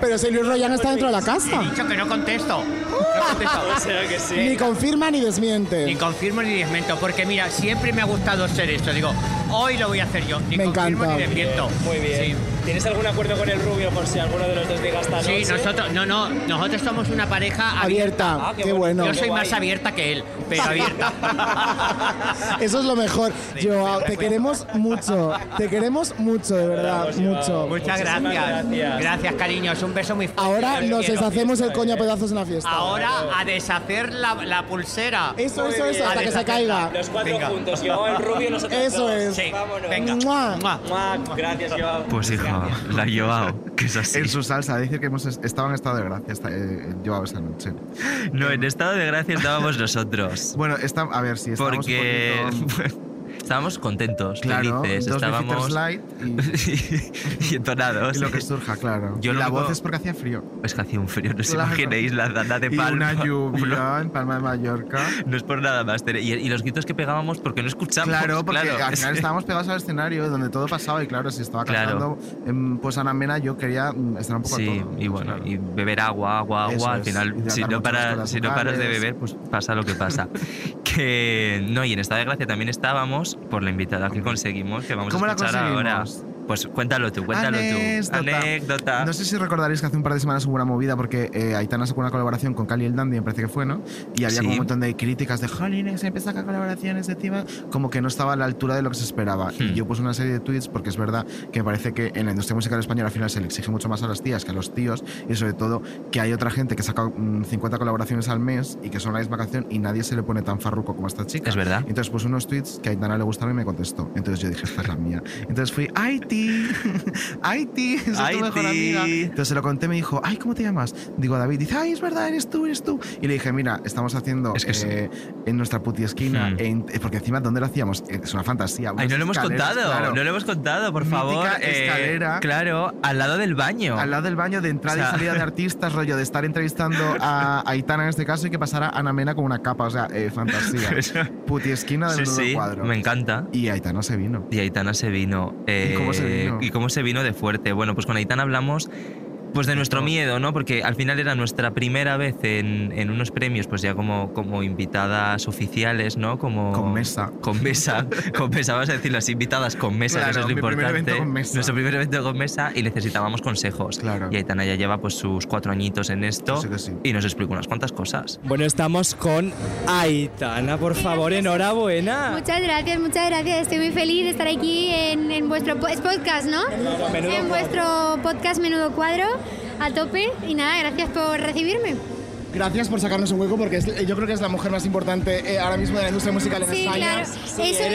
S9: Pero si Luis Royano está dentro de la casa. Uh.
S10: He dicho que no contesto. No contesto.
S9: Ni confirma ni desmiente.
S10: Ni confirmo ni desmiento, porque mira, siempre me ha gustado ser esto. Digo, hoy lo voy a hacer yo. Ni
S9: Me
S10: confirmo
S9: encanta.
S10: ni desmiento.
S7: Muy bien. ¿Tienes algún acuerdo con el Rubio por si alguno de los dos llega esta
S10: Sí,
S7: noche?
S10: nosotros, no, no, nosotros somos una pareja abierta.
S9: Abierta, Ah, qué qué bueno. bueno.
S10: Yo soy
S9: Qué
S10: más
S9: guay.
S10: abierta que él, pero abierta.
S9: Eso es lo mejor. Joao, te queremos mucho. Te queremos mucho, de verdad.
S7: Ah,
S9: Mucho.
S10: Muchas gracias. gracias. cariños. Un beso muy fuerte.
S9: Ahora
S10: Os
S9: nos
S10: quiero.
S9: deshacemos el coño a pedazos en la fiesta.
S10: Ahora a deshacer la, la pulsera.
S9: Eso, eso, eso,
S10: A
S9: hasta que se
S10: deshacerla.
S9: caiga. Los
S7: cuatro
S10: Venga.
S7: juntos, Joao, el Rubio y nosotros
S9: Eso
S7: dos.
S9: es.
S10: Sí,
S7: Vámonos.
S10: venga.
S9: Mua.
S7: Mua. Gracias, Joao.
S2: Pues hija, la Joao, que es así.
S3: En su salsa, decir que hemos est- estaba en estado de gracia esta, eh, yo esa noche.
S2: No, en estado de gracia estábamos nosotros.
S3: Bueno, está, a ver si estamos
S2: Porque
S3: un poquito-
S2: estábamos contentos,
S3: claro,
S2: felices,
S3: dos
S2: estábamos
S3: visitas light
S2: y entonados.
S3: y lo que surja, claro.
S2: Yo
S3: Y
S2: lo
S3: la
S2: único-
S3: voz es porque hacía frío.
S2: Es que hacía un frío, no os
S3: Claro.
S2: imaginéis la dana de
S3: y
S2: palma.
S3: una lluvia
S2: Uno-
S3: en Palma de Mallorca.
S2: no es por nada más. Tere. Y, y los gritos que pegábamos porque no escuchamos.
S3: Claro, porque al final
S2: es-
S3: estábamos pegados al escenario donde todo pasaba y claro, si estaba
S2: Claro.
S3: cantando em, pues Ana Mena, yo quería mm, estar un poco a
S2: Sí,
S3: todo.
S2: y
S3: pues,
S2: bueno,
S3: claro.
S2: y beber agua, agua, agua.
S3: Eso
S2: al
S3: es,
S2: final,
S3: hidratar
S2: si no,
S3: mucho las
S2: para,
S3: cuerdas
S2: si no paras de
S3: vocales.
S2: beber, pues pasa lo que pasa. que no, y en Estado de Gracia también estábamos por la invitada que conseguimos, que vamos
S3: ¿Cómo
S2: a
S3: la
S2: escuchar ahora.
S3: conseguimos?
S2: Pues cuéntalo tú, cuéntalo tú. Anécdota.
S3: No sé si recordaréis que hace un par de semanas hubo una movida porque eh, Aitana sacó una colaboración con Cali el Dandy, me parece que fue, ¿no? Y había
S2: Sí.
S3: como un montón de críticas de Jolines, empieza con colaboraciones de Tiva, como que no estaba a la altura de lo que se esperaba.
S2: Hmm.
S3: Y yo puse una serie de tweets porque es verdad que me parece que en la industria musical española al final se le exige mucho más a las tías que a los tíos y sobre todo que hay otra gente que saca mm, 50 colaboraciones al mes y que son la misma canción y nadie se le pone tan farruco como a esta chica.
S2: Es verdad.
S3: Entonces puse unos tweets que a Aitana le gustaron y me contestó. Entonces yo dije, esta es la mía. Entonces fui, Haití, Haití, es tu
S2: Haití.
S3: mejor amiga. Entonces se lo conté, me dijo, ay, ¿cómo te llamas? Digo, David, dice, ay, es verdad, eres tú, eres tú. Y le dije, mira, estamos haciendo
S2: Es que sí.
S3: eh, en nuestra puti esquina,
S2: Hmm.
S3: en- eh, porque encima, ¿dónde lo hacíamos? Eh, Es una fantasía.
S2: Ay,
S3: unas
S2: no lo hemos
S3: escaleras,
S2: contado,
S3: claro,
S2: no lo hemos contado, por
S3: Mítica
S2: favor. eh,
S3: escalera.
S2: claro, al lado del baño.
S3: Al lado del baño de entrada
S2: O sea-
S3: y salida de artistas, rollo de estar entrevistando a Aitana en este caso y que pasara Ana Mena con una capa, o sea, eh, fantasía. Puti esquina
S2: sí,
S3: del nudo
S2: sí,
S3: cuadro.
S2: me encanta.
S3: Y Aitana se vino.
S2: Y Aitana se vino. eh,
S3: cómo se vino?
S2: y cómo se vino de fuerte? Bueno, pues con Aitana hablamos pues de nuestro
S3: todo.
S2: miedo, ¿no? Porque al final era nuestra primera vez en, en unos premios, pues ya como, como invitadas oficiales, ¿no? Como,
S3: Con mesa.
S2: Con mesa, con mesa, vamos a decir las invitadas con mesa,
S3: Claro,
S2: que eso es lo
S3: mi primer
S2: importante.
S3: evento con mesa.
S2: Nuestro primer evento con mesa y necesitábamos consejos.
S3: Claro.
S2: Y Aitana ya lleva pues sus cuatro añitos en esto
S3: Sí que sí.
S2: y nos explica unas cuantas cosas.
S7: Bueno, estamos con Aitana, por favor, enhorabuena.
S11: Muchas gracias, muchas gracias. Estoy muy feliz de estar aquí en, en vuestro po- es podcast, ¿no?
S7: Menudo cuadro.
S11: en vuestro podcast Menudo Cuadro, a tope. Y nada, gracias por recibirme.
S9: Gracias por sacarnos un hueco porque es- eh, yo creo que es la mujer más importante eh, ahora mismo de la industria musical en
S11: Sí,
S9: España.
S11: claro. Eso- eso-
S9: Sí,
S11: eso es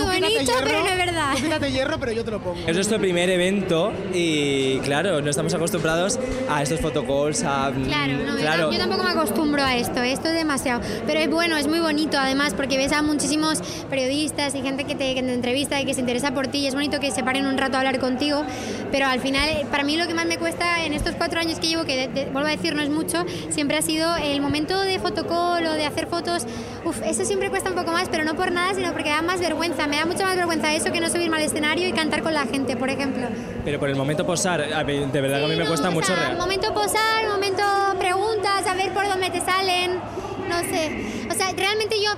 S11: muy
S9: tú quítate
S11: bonito,
S9: hierro,
S11: pero no es verdad.
S9: tú quítate hierro, pero yo te lo pongo.
S7: Es nuestro primer evento y claro, no estamos acostumbrados a estos fotocalls, a... mm,
S11: Claro, no, yo tam-
S7: claro.
S11: yo tampoco me acostumbro a esto, esto es demasiado. Pero es bueno, es muy bonito además, porque ves a muchísimos periodistas y gente que te, que te entrevista y que se interesa por ti y es bonito que se paren un rato a hablar contigo,
S7: Pero al final, eh, para mí lo que más me cuesta en estos cuatro años que llevo, que de- de- vuelvo a decir no es mucho, siempre ha sido el momento de fotocall o de hacer fotos. Uf, eso siempre cuesta un poco más, pero no por nada, sino porque da más vergüenza. Me da mucha más vergüenza eso que no subirme al escenario y cantar con la gente, por ejemplo.
S10: Pero por el momento posar, a mí- de verdad que a mí me cuesta
S7: O
S10: mucho.
S7: sea,
S10: re-
S7: momento posar, momento preguntas, a ver por dónde te salen, no sé. O sea, realmente yo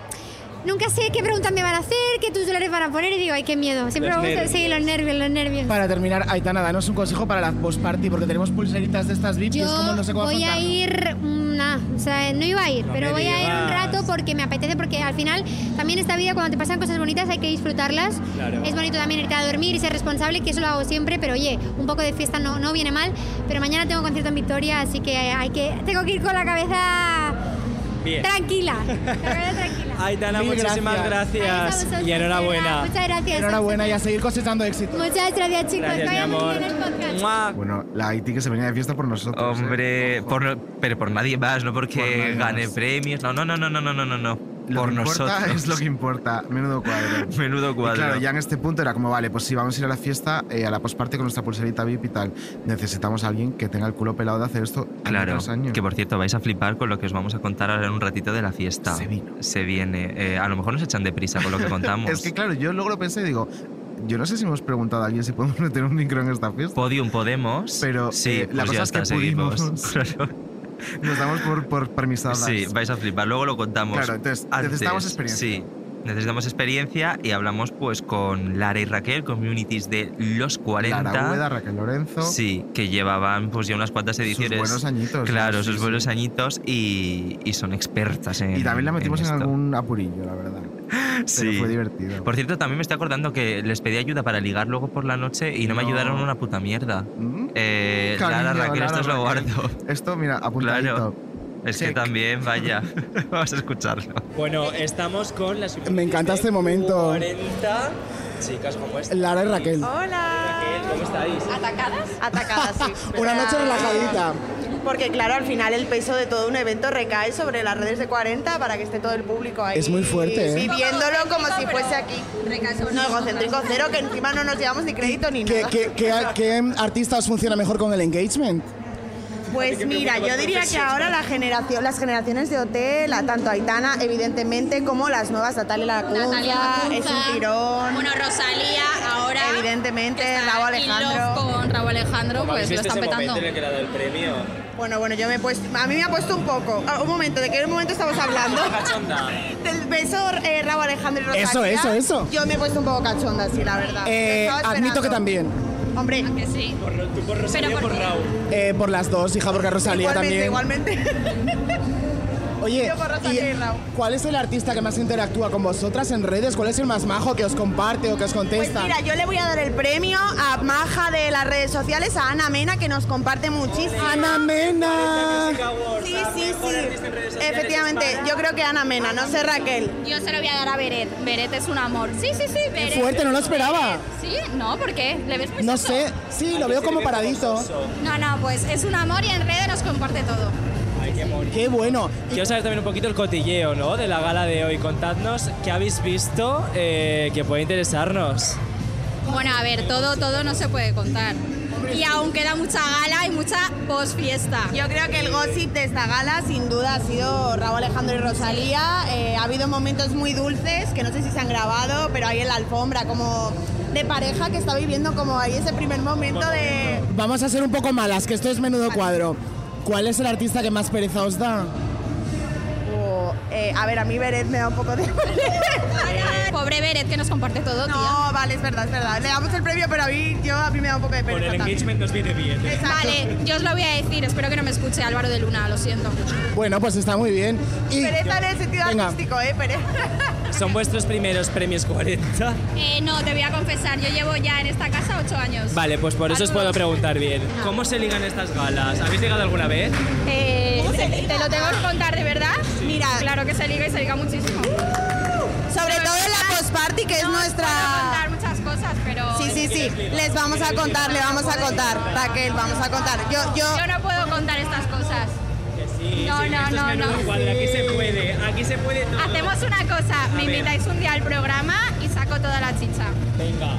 S7: nunca sé qué preguntas me van a hacer, qué tutoriales van a poner y digo, ay, qué miedo. Siempre
S9: Los
S7: me gusta,
S9: nervios.
S7: sí, los nervios, los nervios.
S9: Para terminar, Aitana, danos un consejo para la post-party, porque tenemos pulseritas de estas VIP, que
S7: Yo
S9: es como no sé cómo
S7: voy a
S9: afrontarlo.
S7: ir, mm, nah, o sea, no iba a ir,
S9: No
S7: pero
S9: me
S7: voy a ir un
S9: digas.
S7: rato porque me apetece, porque al final también esta vida cuando te pasan cosas bonitas hay que disfrutarlas.
S11: Claro.
S7: Es bonito también irte a dormir y ser responsable, que eso lo hago siempre, pero oye, un poco de fiesta no, no viene mal, pero mañana tengo concierto en Victoria, así que hay que tengo que ir con la cabeza
S10: Bien.
S7: tranquila.
S10: Aitana,
S9: Mil
S10: muchísimas
S9: gracias.
S10: gracias.
S7: vosotros,
S10: Y enhorabuena.
S7: Muchas gracias.
S9: Enhorabuena y a seguir cosechando éxito.
S7: Muchas gracias, chicos.
S10: Gracias, mi
S7: Vaya muy bien
S10: amor.
S7: el podcast.
S3: Bueno, la Haití que se venía de fiesta por
S2: Oh,
S3: nosotros. ¿eh?
S2: Hombre, por no- pero por nadie más, no porque gane premios. No, no, no, no, no, no, no, no, no.
S3: Lo
S2: Por
S3: que importa
S2: nosotros.
S3: es lo que importa. Menudo cuadro.
S2: Menudo
S3: Y
S2: cuadro.
S3: claro, ya en este punto era como, vale, pues sí, vamos a ir a la fiesta, eh, a la postparte con nuestra pulserita VIP y tal. Necesitamos a alguien que tenga el culo pelado de hacer esto hace
S2: Claro,
S3: tres años.
S2: que por cierto vais a flipar con lo que os vamos a contar ahora en un ratito de la fiesta. Se, viene. Eh, a lo mejor nos echan de prisa con lo que contamos.
S3: es que claro, yo luego lo pensé y digo, yo no sé si hemos preguntado a alguien si podemos meter un micro en esta fiesta.
S2: Podium podemos.
S3: Pero
S2: Pues Sí,
S3: eh, la
S2: pues ya
S3: cosa
S2: está,
S3: es que
S2: seguimos.
S3: pudimos. Nos damos por, por permisadas.
S2: Sí, vais a flipar. Luego lo contamos.
S3: Claro, entonces,
S2: antes.
S3: necesitamos experiencia.
S2: Sí, necesitamos experiencia y hablamos pues con Lara y Raquel, communities de los 40.
S3: Lara Ueda, Raquel Lorenzo.
S2: Sí, que llevaban pues ya unas cuantas ediciones.
S3: buenos añitos,
S2: Claro,
S3: sí,
S2: sus
S3: sí.
S2: buenos añitos y, y son expertas en.
S3: Y también la metimos en,
S2: esto.
S3: algún apurillo, la verdad. Pero
S2: Sí.
S3: fue divertido.
S2: Por cierto, también me estoy acordando que les pedí ayuda para ligar luego por la noche y no, me
S3: No.
S2: ayudaron una puta mierda. Eh, Lara,
S3: Cariño,
S2: Raquel,
S3: Lara,
S2: esto os lo
S3: Raquel.
S2: guardo.
S3: Esto, mira, apuntadito.
S2: Claro. Es que también, vaya. Vamos a escucharlo.
S10: Bueno, estamos con las
S9: Me encanta este momento.
S10: 40 chicas como esta.
S9: Lara y Raquel.
S10: Raquel, ¿cómo estáis?
S12: Pues, ¿Atacadas? Atacadas, sí.
S9: Una noche relajadita.
S7: Ah.
S12: Porque claro, al final el peso de todo un evento recae sobre las redes de 40 para que esté todo el público ahí.
S9: Es muy fuerte, ¿eh?
S12: Viviéndolo como si fuese aquí. No, egocéntrico cero, que encima no nos llevamos ni crédito ni
S9: ¿Qué,
S12: nada.
S9: qué, qué, qué artista os funciona mejor con el engagement?
S12: Pues mira, yo diría que ahora la generación, las generaciones de hotel, a tanto Aitana, evidentemente, como las nuevas, Natalia
S8: Natalia
S12: Lacunza,
S8: Lacunza.
S12: es un tirón.
S8: Bueno, Rosalía ahora,
S12: Evidentemente, Raúl Alejandro.
S8: con Raúl Alejandro, pues lo están petando.
S10: que le ha dado el premio.
S12: Bueno, bueno, yo me he puesto. A mí me ha puesto un poco. Ah, un momento, ¿de qué momento estamos hablando? Del beso eh, Rabo Alejandro y Rosalía.
S9: Eso, eso, eso.
S12: Yo me he puesto un poco cachonda, sí, la verdad.
S9: Eh,
S12: Lo estaba
S9: admito que
S12: esperando.
S9: también.
S12: Hombre. Que
S8: sí.
S10: Tú por Rosalía, por, Raúl.
S9: Eh, por las dos, hija, porque Rosalía también.
S12: Igualmente,
S9: Oye,
S12: Yo por Rosalía y Raúl.
S9: ¿cuál es el artista que más interactúa con vosotras en redes? ¿Cuál es el más majo que os comparte o que os contesta?
S12: Pues Mira, yo le voy a dar el premio a Maja de las redes sociales, a Ana Mena, que nos comparte muchísimo.
S9: ¡Ana Mena!
S12: Sí, sí, sí. Efectivamente, yo creo que Ana Mena, no sé Raquel.
S11: Yo se lo voy a dar a Beret. Beret es un amor. Sí, sí, sí, Beret.
S9: fuerte, no lo esperaba.
S11: Sí, no, ¿por qué? ¿Le ves muy
S9: No
S11: soso?
S9: sé, sí, lo veo como paradito.
S11: No, no, pues es un amor y en redes nos comparte todo.
S9: Qué bueno.
S10: Quiero saber también un poquito el cotilleo, ¿no? De la gala de hoy. Contadnos qué habéis visto eh, que puede interesarnos.
S11: Bueno, a ver, todo, todo no se puede contar. Y aún queda mucha gala y mucha post-fiesta.
S12: Yo creo que el gossip de esta gala sin duda ha sido Raúl Alejandro y Rosalía. Eh, ha habido momentos muy dulces que no sé si se han grabado, pero ahí en la alfombra como de pareja que está viviendo como ahí ese primer momento de...
S9: Vamos a ser un poco malas, que esto es menudo cuadro. ¿Cuál es el artista que más pereza os da?
S12: Oh, eh, a ver, a mí Beret me da un poco de...
S11: Pobre Beret que nos comparte todo,
S12: no, vale, es verdad, es verdad. Le damos el premio, pero a mí, yo, a mí me da un poco de pereza también.
S10: nos viene bien.
S12: ¿eh?
S11: Vale, yo os lo voy a decir, espero que no me escuche Álvaro de Luna, lo siento.
S9: Bueno, pues está muy bien. Y
S12: Pereza en el sentido
S9: Venga.
S12: artístico, ¿eh? Pereza.
S10: ¿Son vuestros primeros premios 40?
S11: Eh, no, te voy a confesar, yo llevo ya en esta casa ocho años.
S10: Vale, pues por eso os puedo preguntar bien. ¿Cómo se ligan estas galas? ¿Habéis ligado alguna vez?
S11: Eh, ¿Te lo tengo que contar de verdad?
S12: Mira.
S11: Claro que se liga y se liga muchísimo.
S12: Sobre todo en la post-party, que es nuestra...
S11: contar muchas cosas, pero...
S12: Sí, sí, sí. Les vamos a contar, le vamos a contar. Raquel, vamos a contar. Yo, yo...
S11: Yo no puedo contar estas cosas.
S10: Sí,
S11: No,
S10: sí,
S11: no,
S10: esto es
S11: no,
S10: menudo
S11: no.
S10: cuadro, Aquí se puede, aquí se puede todo.
S11: Hacemos una cosa,
S10: A
S11: me
S10: ver.
S11: invitáis un día al programa y saco
S13: saco toda la chicha.
S7: Venga.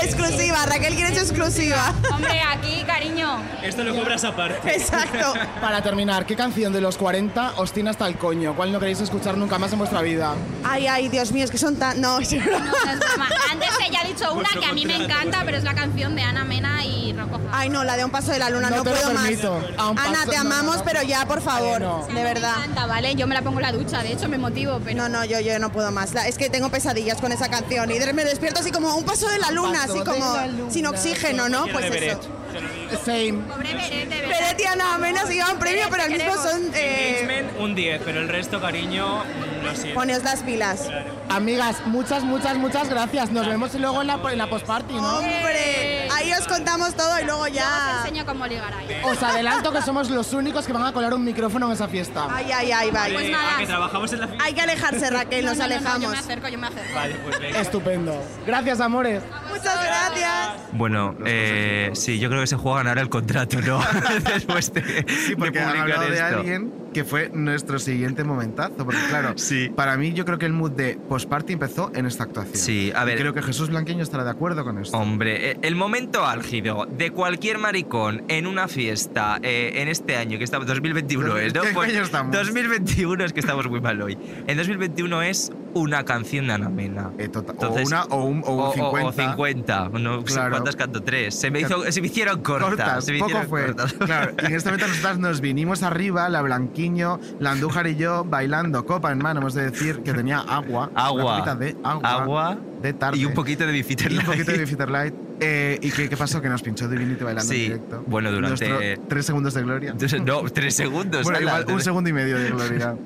S12: Exclusiva, Raquel quiere su exclusiva.
S13: Hombre, aquí, cariño.
S7: Esto lo cobras aparte.
S9: Exacto. Para terminar, ¿qué canción de los 40 os tiene hasta el coño? ¿Cuál no queréis escuchar nunca más en vuestra vida?
S12: Ay, ay, Dios mío, es que son tan. No, es broma.
S13: No, es broma. Antes ella ha dicho una que a mí me encanta, pero es la canción de Ana Mena y Rocco Jara.
S12: Ay, no, la de Un Paso de la Luna, no,
S9: No te lo
S12: puedo más.
S9: permito. A un
S12: Ana,
S9: paso-
S12: te
S9: no, no,
S12: amamos,
S9: no.
S12: pero ya, por favor,
S9: no.
S12: de verdad.
S13: Me encanta, ¿vale? Yo me la pongo en la ducha, de hecho me motivo, pero...
S12: No, no, yo, yo no puedo más. La- es que tengo pesadillas con esa canción y de- me despierto así como a un paso de la luna,
S9: paso
S12: así
S9: de
S12: como
S9: la luna.
S12: sin oxígeno, ¿no? Pues eso.
S9: Same.
S12: Pero tía, nada menos iba a un premio, pero al mismo son. Eh,
S7: Engagement, un 10, pero el resto, cariño, mm, lo siento.
S12: poneos las pilas.
S9: Amigas, muchas, muchas, muchas gracias. Nos vemos luego en la, en la postparty, ¿no?
S12: Hombre, ahí os contamos todo y luego
S13: Luego
S12: ya.
S13: os enseño cómo ligar ahí.
S9: Os adelanto que somos los únicos que van a colar un micrófono en esa fiesta.
S12: Ay, ay, ay, vale.
S9: Pues
S14: Pues
S12: Pues
S7: Vale, ah, que trabajamos en la fi-
S12: Hay que alejarse, Raquel,
S13: No,
S12: nos
S13: no, no, no, yo
S12: alejamos.
S13: me acerco, yo me acerco.
S7: Vale, pues venga.
S9: Estupendo. Gracias, amores.
S12: Muchas gracias.
S2: Bueno, eh, sí, yo creo que se juegan ahora el contrato, ¿no? Después de,
S3: Sí, porque
S2: de
S3: han
S2: publicar
S3: hablado de
S2: esto.
S3: alguien que fue nuestro siguiente momentazo. Porque, claro, para mí yo creo que el mood de postparty empezó en esta actuación.
S2: Sí, a
S3: Y
S2: ver.
S3: creo que Jesús Blanqueño estará de acuerdo con esto.
S2: Hombre, eh, el momento álgido de cualquier maricón en una fiesta eh, en este año, que estamos 2021 es, ¿eh? ¿no? pues,
S3: ¿Qué coño estamos?
S2: 2021 es que estamos muy mal hoy. En 2021 es una canción de Ana Mena.
S3: Eh, tota- o una o un, o un
S2: o- o
S3: 50.
S2: 50, no sé
S3: Claro.
S2: ¿Cuántas canto? Tres. Se me, hizo, se me hicieron cortas.
S3: Cortas,
S2: se me
S3: poco
S2: hicieron
S3: fue.
S2: cortas.
S3: Claro, y en este momento nosotras nos vinimos arriba, la Blanquiño, la Andújar y yo, bailando, copa en mano, hemos de decir que tenía agua.
S2: Agua.
S3: Una copita de agua.
S2: Agua.
S3: De tarde.
S2: Y un poquito de Bifitter
S3: Y un
S2: Light.
S3: poquito de Bifitter Light. Eh, ¿Y qué, qué pasó? Que nos pinchó Divinity bailando
S2: Sí,
S3: en directo.
S2: bueno, durante-
S3: Nuestro tres segundos de gloria.
S2: Entonces, No, tres segundos.
S3: Bueno,
S2: ala,
S3: igual un segundo y medio de gloria.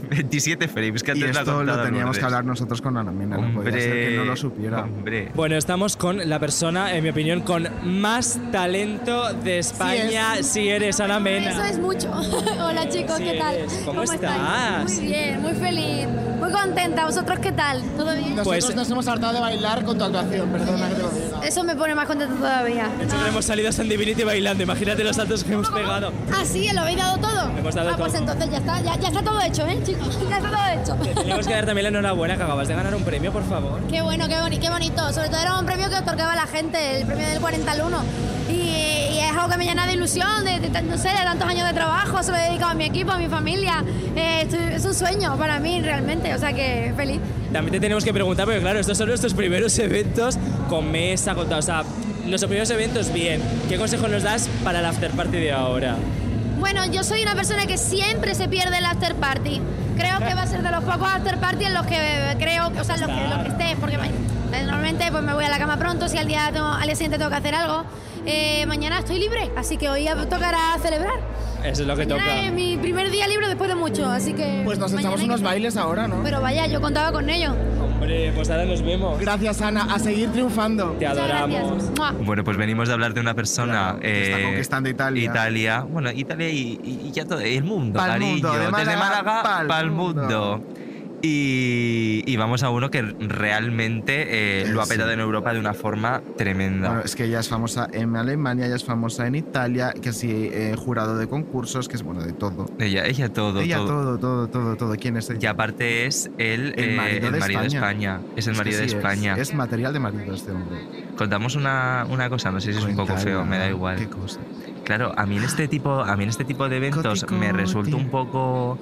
S2: 27 frames, que
S3: Y
S2: antes la
S3: esto lo
S2: contaba
S3: teníamos que
S2: Lourdes.
S3: hablar nosotros con Ana Mena, no podía ser que no lo supiera.
S2: Hombre.
S7: Bueno, estamos con la persona, en mi opinión, con más talento de España,
S11: es.
S7: si eres Ana Mena.
S11: Eso es mucho. Hola chicos,
S7: Sí
S11: ¿qué tal?
S7: eres. ¿Cómo
S11: estáis?
S7: estás?
S11: Muy bien, muy feliz, muy contenta. ¿Vosotros qué tal? ¿Todo bien?
S7: Pues,
S9: Nosotros
S7: eh,
S9: nos hemos hartado de bailar con tu actuación, perdona que te lo diga.
S11: Eso me pone más contenta todavía.
S7: De hecho, hemos salido a San Divinity bailando, imagínate los saltos que hemos pegado.
S11: ¿Ah, sí? ¿Lo habéis dado todo?
S7: Hemos dado
S11: ah, pues
S7: todo.
S11: entonces ya está, ya, ya está todo hecho, ¿eh, chicos? Ya está todo hecho.
S7: Tenemos que dar también la enhorabuena que acabas de ganar un premio, por favor.
S11: Qué bueno, qué, boni- qué bonito. Sobre todo era un premio que otorgaba la gente, el premio del 40 al 1. Y, y es algo que me llena de ilusión, de, de tan- no sé, de tantos años de trabajo, se lo he dedicado a mi equipo, a mi familia. Eh, estoy- es un sueño para mí realmente, o sea que feliz.
S7: También te tenemos que preguntar, porque claro, estos son nuestros primeros eventos con mesa, con todo. O sea, nuestros primeros eventos bien. ¿Qué consejo nos das para el after party de ahora?
S11: Bueno, yo soy una persona que siempre se pierde el after party. Creo que va a ser de los pocos after party en los que creo, que- o sea, en los que, los que esté, porque ma- normalmente pues me voy a la cama pronto, si al día, tengo- al día siguiente tengo que hacer algo. Eh, mañana estoy libre, así que hoy tocará celebrar.
S7: Eso es lo que
S11: Mañana es
S7: toca.
S11: mi primer día libre después de mucho, así que...
S9: Pues nos echamos unos bailes ahora, ¿no?
S11: Pero vaya, yo contaba con ello.
S7: Hombre, pues ahora nos vemos.
S9: Gracias, Ana. A seguir triunfando.
S7: Te adoramos.
S11: Mua.
S2: Bueno, pues venimos de hablar de una persona que
S3: está conquistando Italia.
S2: Italia, bueno, Italia y, y- y ya todo el mundo,
S3: Pa'l
S2: cariño.
S3: mundo, de
S2: Desde
S3: Málaga,
S2: Málaga
S3: pa'l
S2: para el mundo. Y, y vamos a uno que realmente eh, lo ha petado en Europa de una forma tremenda.
S3: Bueno, es que ella es famosa en Alemania, ella es famosa en Italia, que sí, eh, jurado de concursos, que es bueno, de todo.
S2: ella, ella todo,
S3: ella
S2: todo.
S3: todo, todo, todo, todo. ¿Quién es
S2: Y
S3: ella?
S2: aparte es el, eh, el marido de España. Es el
S3: que
S2: marido de
S3: sí, es-
S2: España.
S3: Es, material de marido este hombre.
S2: Contamos una, una cosa, no sé si es un poco feo, me da igual. Claro, a mí en este tipo, a mí en este tipo de eventos me resulta un poco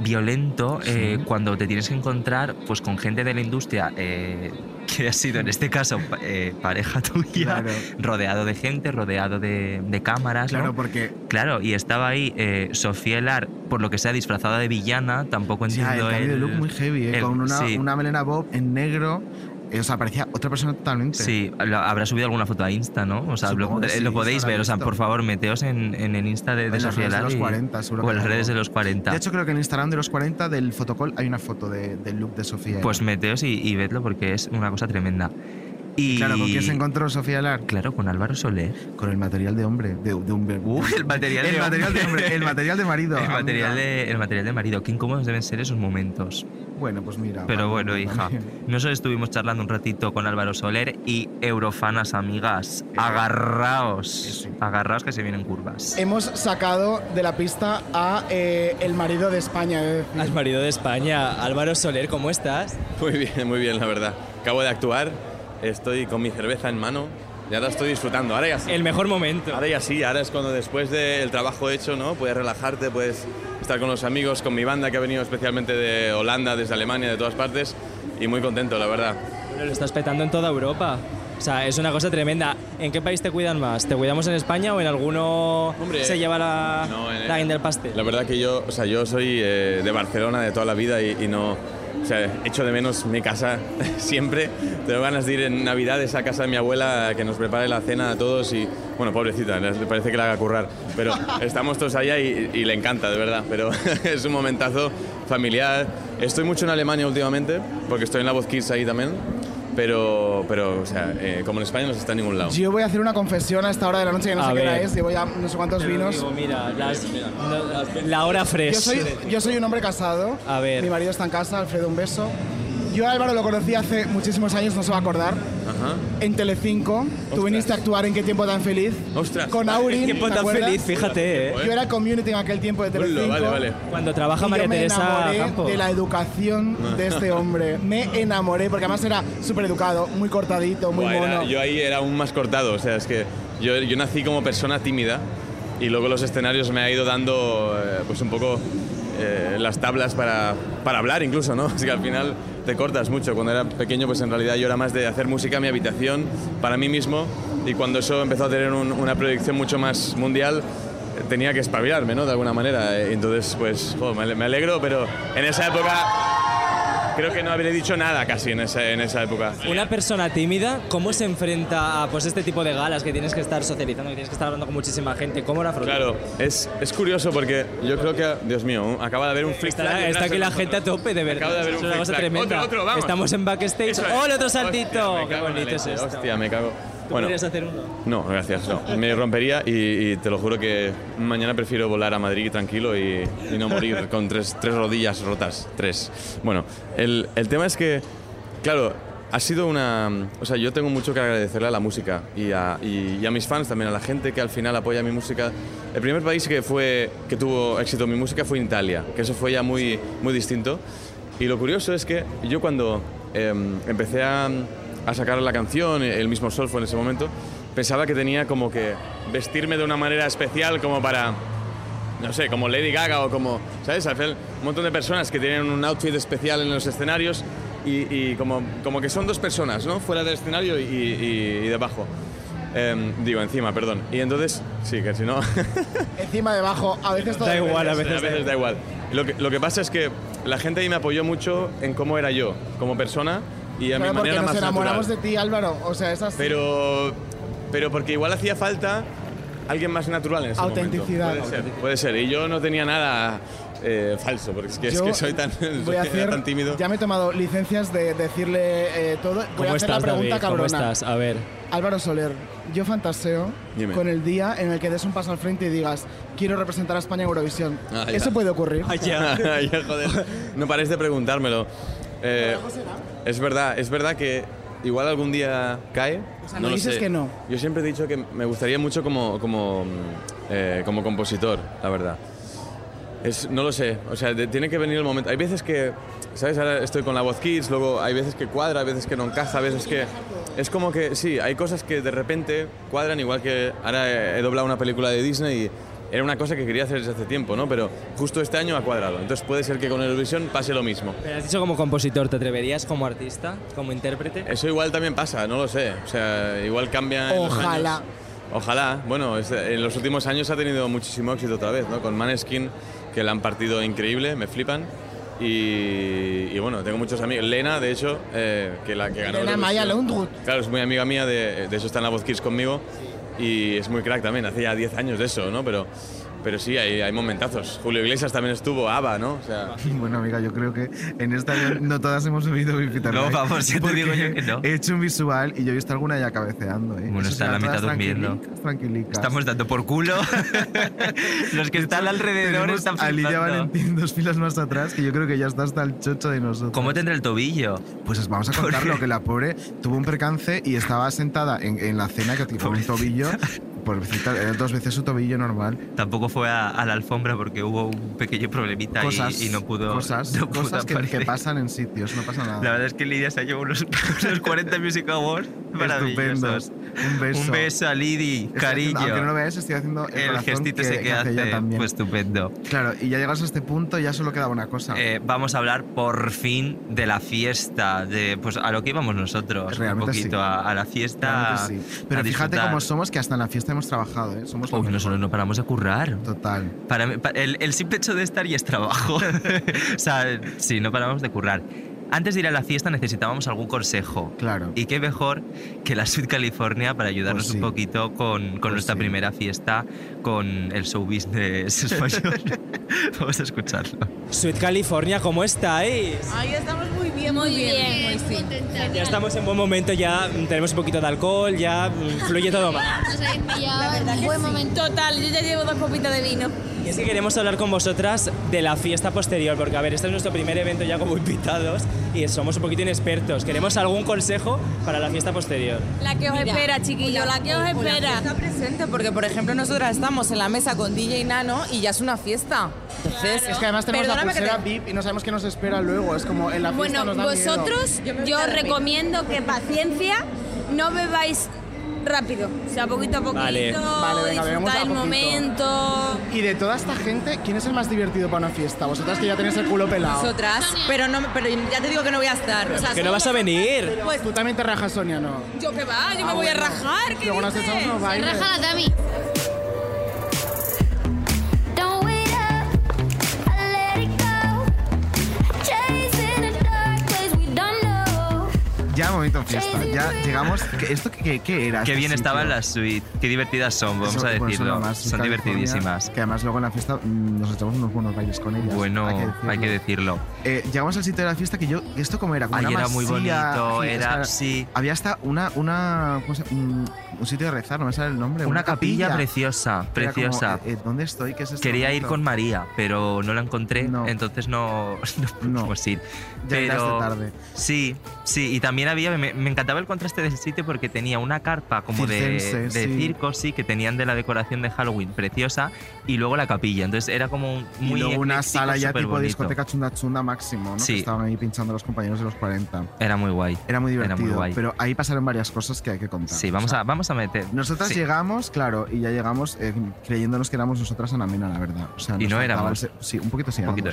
S2: violento eh, cuando te tienes que encontrar pues con gente de la industria eh, que ha sido en este caso pa- eh, pareja tuya rodeado de gente rodeado de, de cámaras
S3: Claro,
S2: ¿no?
S3: porque
S2: claro y estaba ahí eh, Sofía Elar por lo que sea disfrazada de villana tampoco
S3: ya, el
S2: entiendo
S3: cambio de look muy heavy, eh,
S2: el-
S3: con una,
S2: sí.
S3: una melena bob en negro. eh, o sea, parecía otra persona totalmente.
S2: Sí, lo- habrá subido alguna foto a Insta, ¿no? O sea, lo,
S3: Supongo que
S2: eh,
S3: sí,
S2: lo
S3: se
S2: podéis
S3: habrá
S2: ver. O sea,
S3: visto.
S2: por favor, meteos en, en el Insta de, de
S3: En las
S2: Sofía
S3: redes de los
S2: Lali
S3: 40, seguro
S2: O
S3: que
S2: en las
S3: hay
S2: redes de
S3: algo.
S2: los 40.
S3: De hecho, creo que en el Instagram de los 40 del fotocall hay una foto de- del look de Sofía.
S2: pues meteos y, y vedlo porque es una cosa tremenda. Y,
S3: Claro, ¿con quién se encontró Sofía Lar?
S2: Claro, con Álvaro Soler.
S3: Con el material de hombre, de, de hombre.
S2: el material
S3: El
S2: de
S3: material de hombre, el material de marido. Ah,
S2: El material
S3: amiga.
S2: de, el material de marido. Qué incómodos deben ser esos momentos.
S3: Bueno, pues mira.
S2: Pero
S3: vamos,
S2: bueno, hija, nosotros estuvimos charlando un ratito con Álvaro Soler y Eurofanas, amigas, agarraos, agarraos que se vienen curvas.
S9: Hemos sacado de la pista a eh, el marido de España. eh.
S7: Al marido de España, Álvaro Soler, ¿cómo estás?
S15: Muy bien, muy bien, la verdad. Acabo de actuar, estoy con mi cerveza en mano y ahora estoy disfrutando. Ahora ya sí.
S7: El mejor momento.
S15: Ahora ya sí, ahora es cuando después del trabajo hecho, ¿no? Puedes relajarte, puedes estar con los amigos, con mi banda que ha venido especialmente de Holanda, desde Alemania, de todas partes y muy contento, la verdad.
S7: Bueno, Lo estás petando en toda Europa. O sea, es una cosa tremenda. ¿En qué país te cuidan más? ¿Te cuidamos en España o en alguno se lleva la, la guinda del pastel?
S15: La verdad que yo, o sea, yo soy eh, de Barcelona de toda la vida y, y no, o sea, echo de menos mi casa siempre. Tengo ganas de ir en Navidades a casa de mi abuela que nos prepare la cena a todos y, bueno, pobrecita, le parece que la haga currar, pero estamos todos allá y, y le encanta, de verdad, pero es un momentazo familiar. Estoy mucho en Alemania últimamente porque estoy en la voz Kids ahí también. Pero, pero, o sea, eh, como en España no se está en ningún lado.
S9: Yo voy a hacer una confesión a esta hora de la noche que no
S15: A
S9: sé qué hora
S15: ver.
S9: es. Llevo ya no sé cuántos
S7: Te lo
S9: vinos.
S7: digo, mira, las- no, la hora fresca.
S9: Yo soy, yo soy un hombre casado.
S7: A ver.
S9: Mi marido está en casa, Alfredo, un beso. Yo a Álvaro lo conocí hace muchísimos años, no se va a acordar.
S15: Ajá.
S9: En Telecinco, tú viniste a actuar en Qué tiempo tan feliz.
S15: Ostras.
S9: Con Aurin.
S7: Qué tiempo
S9: ¿te
S7: tan
S9: acuerdas?
S7: feliz, fíjate, eh.
S9: Yo era community en aquel tiempo de Telecinco.
S7: Cuando trabaja
S9: Y
S7: María
S9: yo me
S7: Teresa
S9: enamoré
S7: Campo.
S9: de la educación de este hombre. Me enamoré, porque además era súper educado, muy cortadito, muy
S15: Buah, era-
S9: mono.
S15: yo ahí era aún más cortado, o sea, es que yo, yo nací como persona tímida y luego los escenarios me ha ido dando eh, pues un poco eh, las tablas para, para hablar incluso, ¿no? Así que al final te cortas mucho. Cuando era pequeño pues en realidad yo era más de hacer música en mi habitación para mí mismo y cuando eso empezó a tener un- una proyección mucho más mundial eh, tenía que espabilarme, ¿no? De alguna manera. Eh, Entonces pues jo, me ale- me alegro, pero en esa época creo que no habré dicho nada casi en esa, en esa época.
S7: Una persona tímida, ¿cómo se enfrenta a pues, este tipo de galas que tienes que estar socializando, que tienes que estar hablando con muchísima gente? ¿Cómo lo afrontas?
S15: Claro, es, es curioso porque yo creo que, Dios mío, acaba de haber un flip
S7: Está, está aquí la gente a tope, de verdad.
S15: Acaba de haber
S7: es
S15: un
S7: una cosa
S15: flick-flack.
S7: tremenda.
S15: Otro, otro, vamos.
S7: Estamos en backstage.
S15: Eso es.
S7: ¡Hola, otro
S15: Hostia,
S7: saltito!
S15: me
S7: ¡Qué
S15: cago en la
S7: bonito es
S15: leche,
S7: esto!
S15: Hostia, me cago.
S7: ¿Tú
S15: Bueno,
S7: podrías hacer uno?
S15: no, gracias, no. Me rompería y, y te lo juro que mañana prefiero volar a Madrid tranquilo y, y no morir con tres, tres rodillas rotas. Tres. Bueno, el, el tema es que, claro, ha sido una. O sea, yo tengo mucho que agradecerle a la música y a, y- y a mis fans también, a la gente que al final apoya mi música. El primer país que, fue, que tuvo éxito mi música fue Italia, que eso fue ya muy, muy distinto. Y lo curioso es que yo cuando em, empecé a, a sacar la canción, el mismo Sol fue en ese momento, pensaba que tenía como que vestirme de una manera especial como para, no sé, como Lady Gaga o como, ¿sabes? Al final, un montón de personas que tienen un outfit especial en los escenarios y, y como, como que son dos personas, ¿no? Fuera del escenario y, y- y debajo. Em, digo, encima, perdón. Y entonces, sí, que si no...
S9: Encima, debajo, a veces todo depende.
S15: da igual. Lo que, lo que pasa es que la gente ahí me apoyó mucho en cómo era yo como persona y a
S9: Claro,
S15: mi
S9: porque
S15: manera
S9: nos
S15: más natural.
S9: enamoramos de ti, Álvaro. O sea, es así.
S15: Pero, pero porque igual hacía falta alguien más natural en ese
S9: Autenticidad.
S15: momento. Puede ser, puede ser. Y yo no tenía nada eh, falso, porque es que, es
S9: Yo
S15: que soy tan,
S9: Voy a hacer,
S15: tan tímido.
S9: ya me he tomado licencias de decirle eh, todo. Voy
S7: ¿Cómo
S9: a hacer
S7: estás,
S9: la pregunta
S7: David?
S9: cabrona.
S7: ¿Cómo estás? A ver.
S9: Álvaro Soler, yo fantaseo
S7: Dime.
S9: con el día en el que des un paso al frente y digas, quiero representar a España en Eurovisión.
S15: Ah, ya.
S9: Eso puede ocurrir.
S15: Ya, joder. No paréis de preguntármelo. Eh, es verdad, es verdad que igual algún día cae.
S9: O sea,
S15: no
S9: no
S15: lo
S9: dices
S15: sé.
S9: que no.
S15: Yo siempre he dicho que me gustaría mucho como, como, mm, eh, como compositor, la verdad. Es, no lo sé, o sea, de- tiene que venir el momento. Hay veces que, ¿sabes? Ahora estoy con la voz kids, luego hay veces que cuadra, hay veces que no encaja, hay veces que... Es como que, sí, hay cosas que de repente cuadran, igual que ahora he, he doblado una película de Disney y era una cosa que quería hacer desde hace tiempo, ¿no? Pero justo este año ha cuadrado, entonces puede ser que con Eurovisión pase lo mismo.
S7: Pero has dicho como compositor, ¿te atreverías como artista, como intérprete?
S15: Eso igual también pasa, no lo sé. O sea, igual cambia. en los
S7: Ojalá.
S15: años. Ojalá. Bueno, es- en los últimos años ha tenido muchísimo éxito otra vez, ¿no? Con Maneskin, que la han partido increíble, me flipan. Y, y bueno, tengo muchos amigos. Lena, de hecho, eh, que la que ganó.
S9: Elena
S15: Eurovisión.
S9: Maya Lundwood.
S15: Claro, es muy amiga mía, de, de hecho está en la voz Kids conmigo y es muy crack también, hace ya 10 años de eso, ¿no? Pero Pero sí, hay, hay momentazos. Julio Iglesias también estuvo, ABBA, ¿no? O sea,
S3: Bueno, amiga, yo creo que en esta no todas hemos vivido Biffy Clyro.
S15: No, vamos, ya te
S3: porque
S15: digo yo que no.
S3: He hecho un visual y yo he visto alguna ya cabeceando. ¿eh?
S2: Bueno,
S3: Eso
S2: está
S3: será
S2: la mitad
S3: todas
S2: durmiendo.
S3: tranquilicas, tranquilicas.
S2: Estamos dando por culo. Los que están alrededor
S3: Tenemos
S2: están
S3: a Lidia
S2: flipando.
S3: Valentín dos filas más atrás, que yo creo que ya está hasta el chocho de nosotros.
S2: ¿Cómo tendrá el tobillo?
S3: Pues os vamos a contarlo, que la pobre tuvo un percance y estaba sentada en, en la cena que tenía un tobillo, pobrecita, era dos veces su tobillo normal.
S2: Tampoco fue a, a la alfombra porque hubo un pequeño problemita y-
S3: Cosas,
S2: y, no pudo.
S3: cosas,
S2: no pudo
S3: cosas que, que
S2: aparecer.
S3: pasan en sitios, no pasa nada.
S2: La verdad es que Lidia se ha llevado unos, unos 40 Music Awards maravillosos.
S3: Estupendos. Un beso.
S2: Un beso a Lidi,
S3: Estoy haciendo-
S2: cariño.
S3: aunque no lo veáis, estoy haciendo el,
S2: el
S3: corazón
S2: gestito
S3: que,
S2: ese que hace,
S3: ella también.
S2: pues estupendo.
S3: Claro, y ya llegas a este punto, ya solo queda una cosa.
S2: Eh, vamos a hablar por fin de la fiesta, de pues a lo que íbamos nosotros, un
S3: Realmente
S2: poquito
S3: sí.
S2: a, a la fiesta.
S3: Realmente sí. Pero
S2: a
S3: fíjate
S2: disfrutar.
S3: cómo somos, que hasta en la fiesta hemos trabajado, ¿eh? Somos lo
S2: Uy,
S3: mejor.
S2: nosotros no paramos de currar.
S3: Total.
S2: Para mí- pa- el, el simple hecho de estar y es trabajo. o sea, sí, no paramos de currar. Antes de ir a la fiesta necesitábamos algún consejo.
S3: Claro.
S2: Y qué mejor que la Sud California para ayudarnos
S3: Pues sí. Pues
S2: un poquito con, con nuestra primera fiesta con el show business español. Vamos a escucharlo.
S7: Sweet California, ¿cómo estáis?
S12: Ahí estamos muy bien,
S13: Muy bien, muy bien.
S7: Ya estamos en buen momento, ya mm, tenemos un poquito de alcohol, ya mm, fluye todo más.
S13: Nos habéis pillado en buen momento. Total, yo ya llevo dos copitas de vino.
S7: Y es que queremos hablar con vosotras de la fiesta posterior, porque a ver, este es nuestro primer evento ya como invitados y somos un poquito inexpertos. Queremos algún consejo para la fiesta posterior.
S16: La que os espera,
S13: chiquillo, la que os espera.
S16: Está presente porque, por ejemplo, nosotras estamos en la mesa con DJ Nano y ya es una fiesta. Entonces,
S9: Es que además tenemos la
S16: perdóname que te-
S9: pulsera VIP y no sabemos qué nos espera luego. Es como en la fiesta
S13: Bueno,
S9: nos da miedo.
S13: vosotros, yo recomiendo que paciencia, no bebáis rápido. O sea, poquito a poquito,
S9: Vale. Vale, venga, bebemos
S13: disfrutad
S9: a
S13: el
S9: poquito.
S13: momento.
S9: Y de toda esta gente, ¿quién es el más divertido para una fiesta? Vosotras que ya tenéis el culo pelado.
S16: Nosotras, pero, no, pero ya te digo que no voy a estar. O sea,
S9: Que no vas a
S7: venir.
S9: Pues tú también te rajas, Sonia, ¿no?
S16: Yo que va, yo
S9: Ah,
S16: me voy
S9: bueno.
S16: a rajar. ¿qué
S9: Luego nos
S16: dices?
S9: echamos unos bailes. Se raja
S13: la Tami.
S17: Don't wait up, I let it go. Chasing a dark place we don't know.
S3: Ya momento fiesta, ya llegamos. ¿Qué- ¿Esto qué, qué era?
S2: Qué
S3: este
S2: bien estaban
S3: sitio?
S2: las suite, qué divertidas son, vamos
S3: Eso,
S2: a
S3: bueno, son
S2: decirlo.
S3: lo más,
S2: son
S3: California,
S2: divertidísimas.
S3: Que además luego en la fiesta mm, nos echamos unos buenos bailes con ellas.
S2: Bueno,
S3: hay que decirlo.
S2: hay que decirlo.
S3: Eh, llegamos al sitio de la fiesta que yo. ¿Esto cómo era? Como
S2: Ay,
S3: una
S2: era muy
S3: masía,
S2: bonito,
S3: sí,
S2: era-
S3: o sea,
S2: sí.
S3: Había hasta una. una ¿cómo se- un, un sitio de rezar, no me sale el nombre.
S2: Una capilla preciosa,
S3: Que era como,
S2: preciosa.
S3: eh, eh, ¿Dónde estoy? ¿Qué es esto?
S2: Quería ir
S3: Bonito.
S2: con María, pero no la encontré, entonces no, no pudimos ir.
S3: Ya llegaste
S2: pero
S3: tarde.
S2: Sí, sí, y también había, me, me encantaba el contraste del sitio porque tenía una carpa como de,
S3: Circense,
S2: de
S3: sí.
S2: circo, sí, que tenían de la decoración de Halloween preciosa, y luego la capilla, entonces era como un-
S3: Y
S2: muy
S3: luego una
S2: ecléctico,
S3: sala ya tipo
S2: superbonito.
S3: discoteca chunda chunda máximo, ¿no?
S2: Sí.
S3: Que estaban ahí pinchando los compañeros de los 40.
S2: Era muy guay.
S3: Era muy divertido,
S2: guay.
S3: pero ahí pasaron varias cosas que hay que contar.
S2: Sí, vamos, a, vamos a meter.
S3: Nosotras
S2: sí.
S3: llegamos, claro, y ya llegamos eh, creyéndonos que éramos nosotras en Amena, la verdad. O sea,
S2: Y
S3: nos
S2: no
S3: faltaba
S2: éramos.
S3: el se- sí, un poquito sí.
S2: Un poquito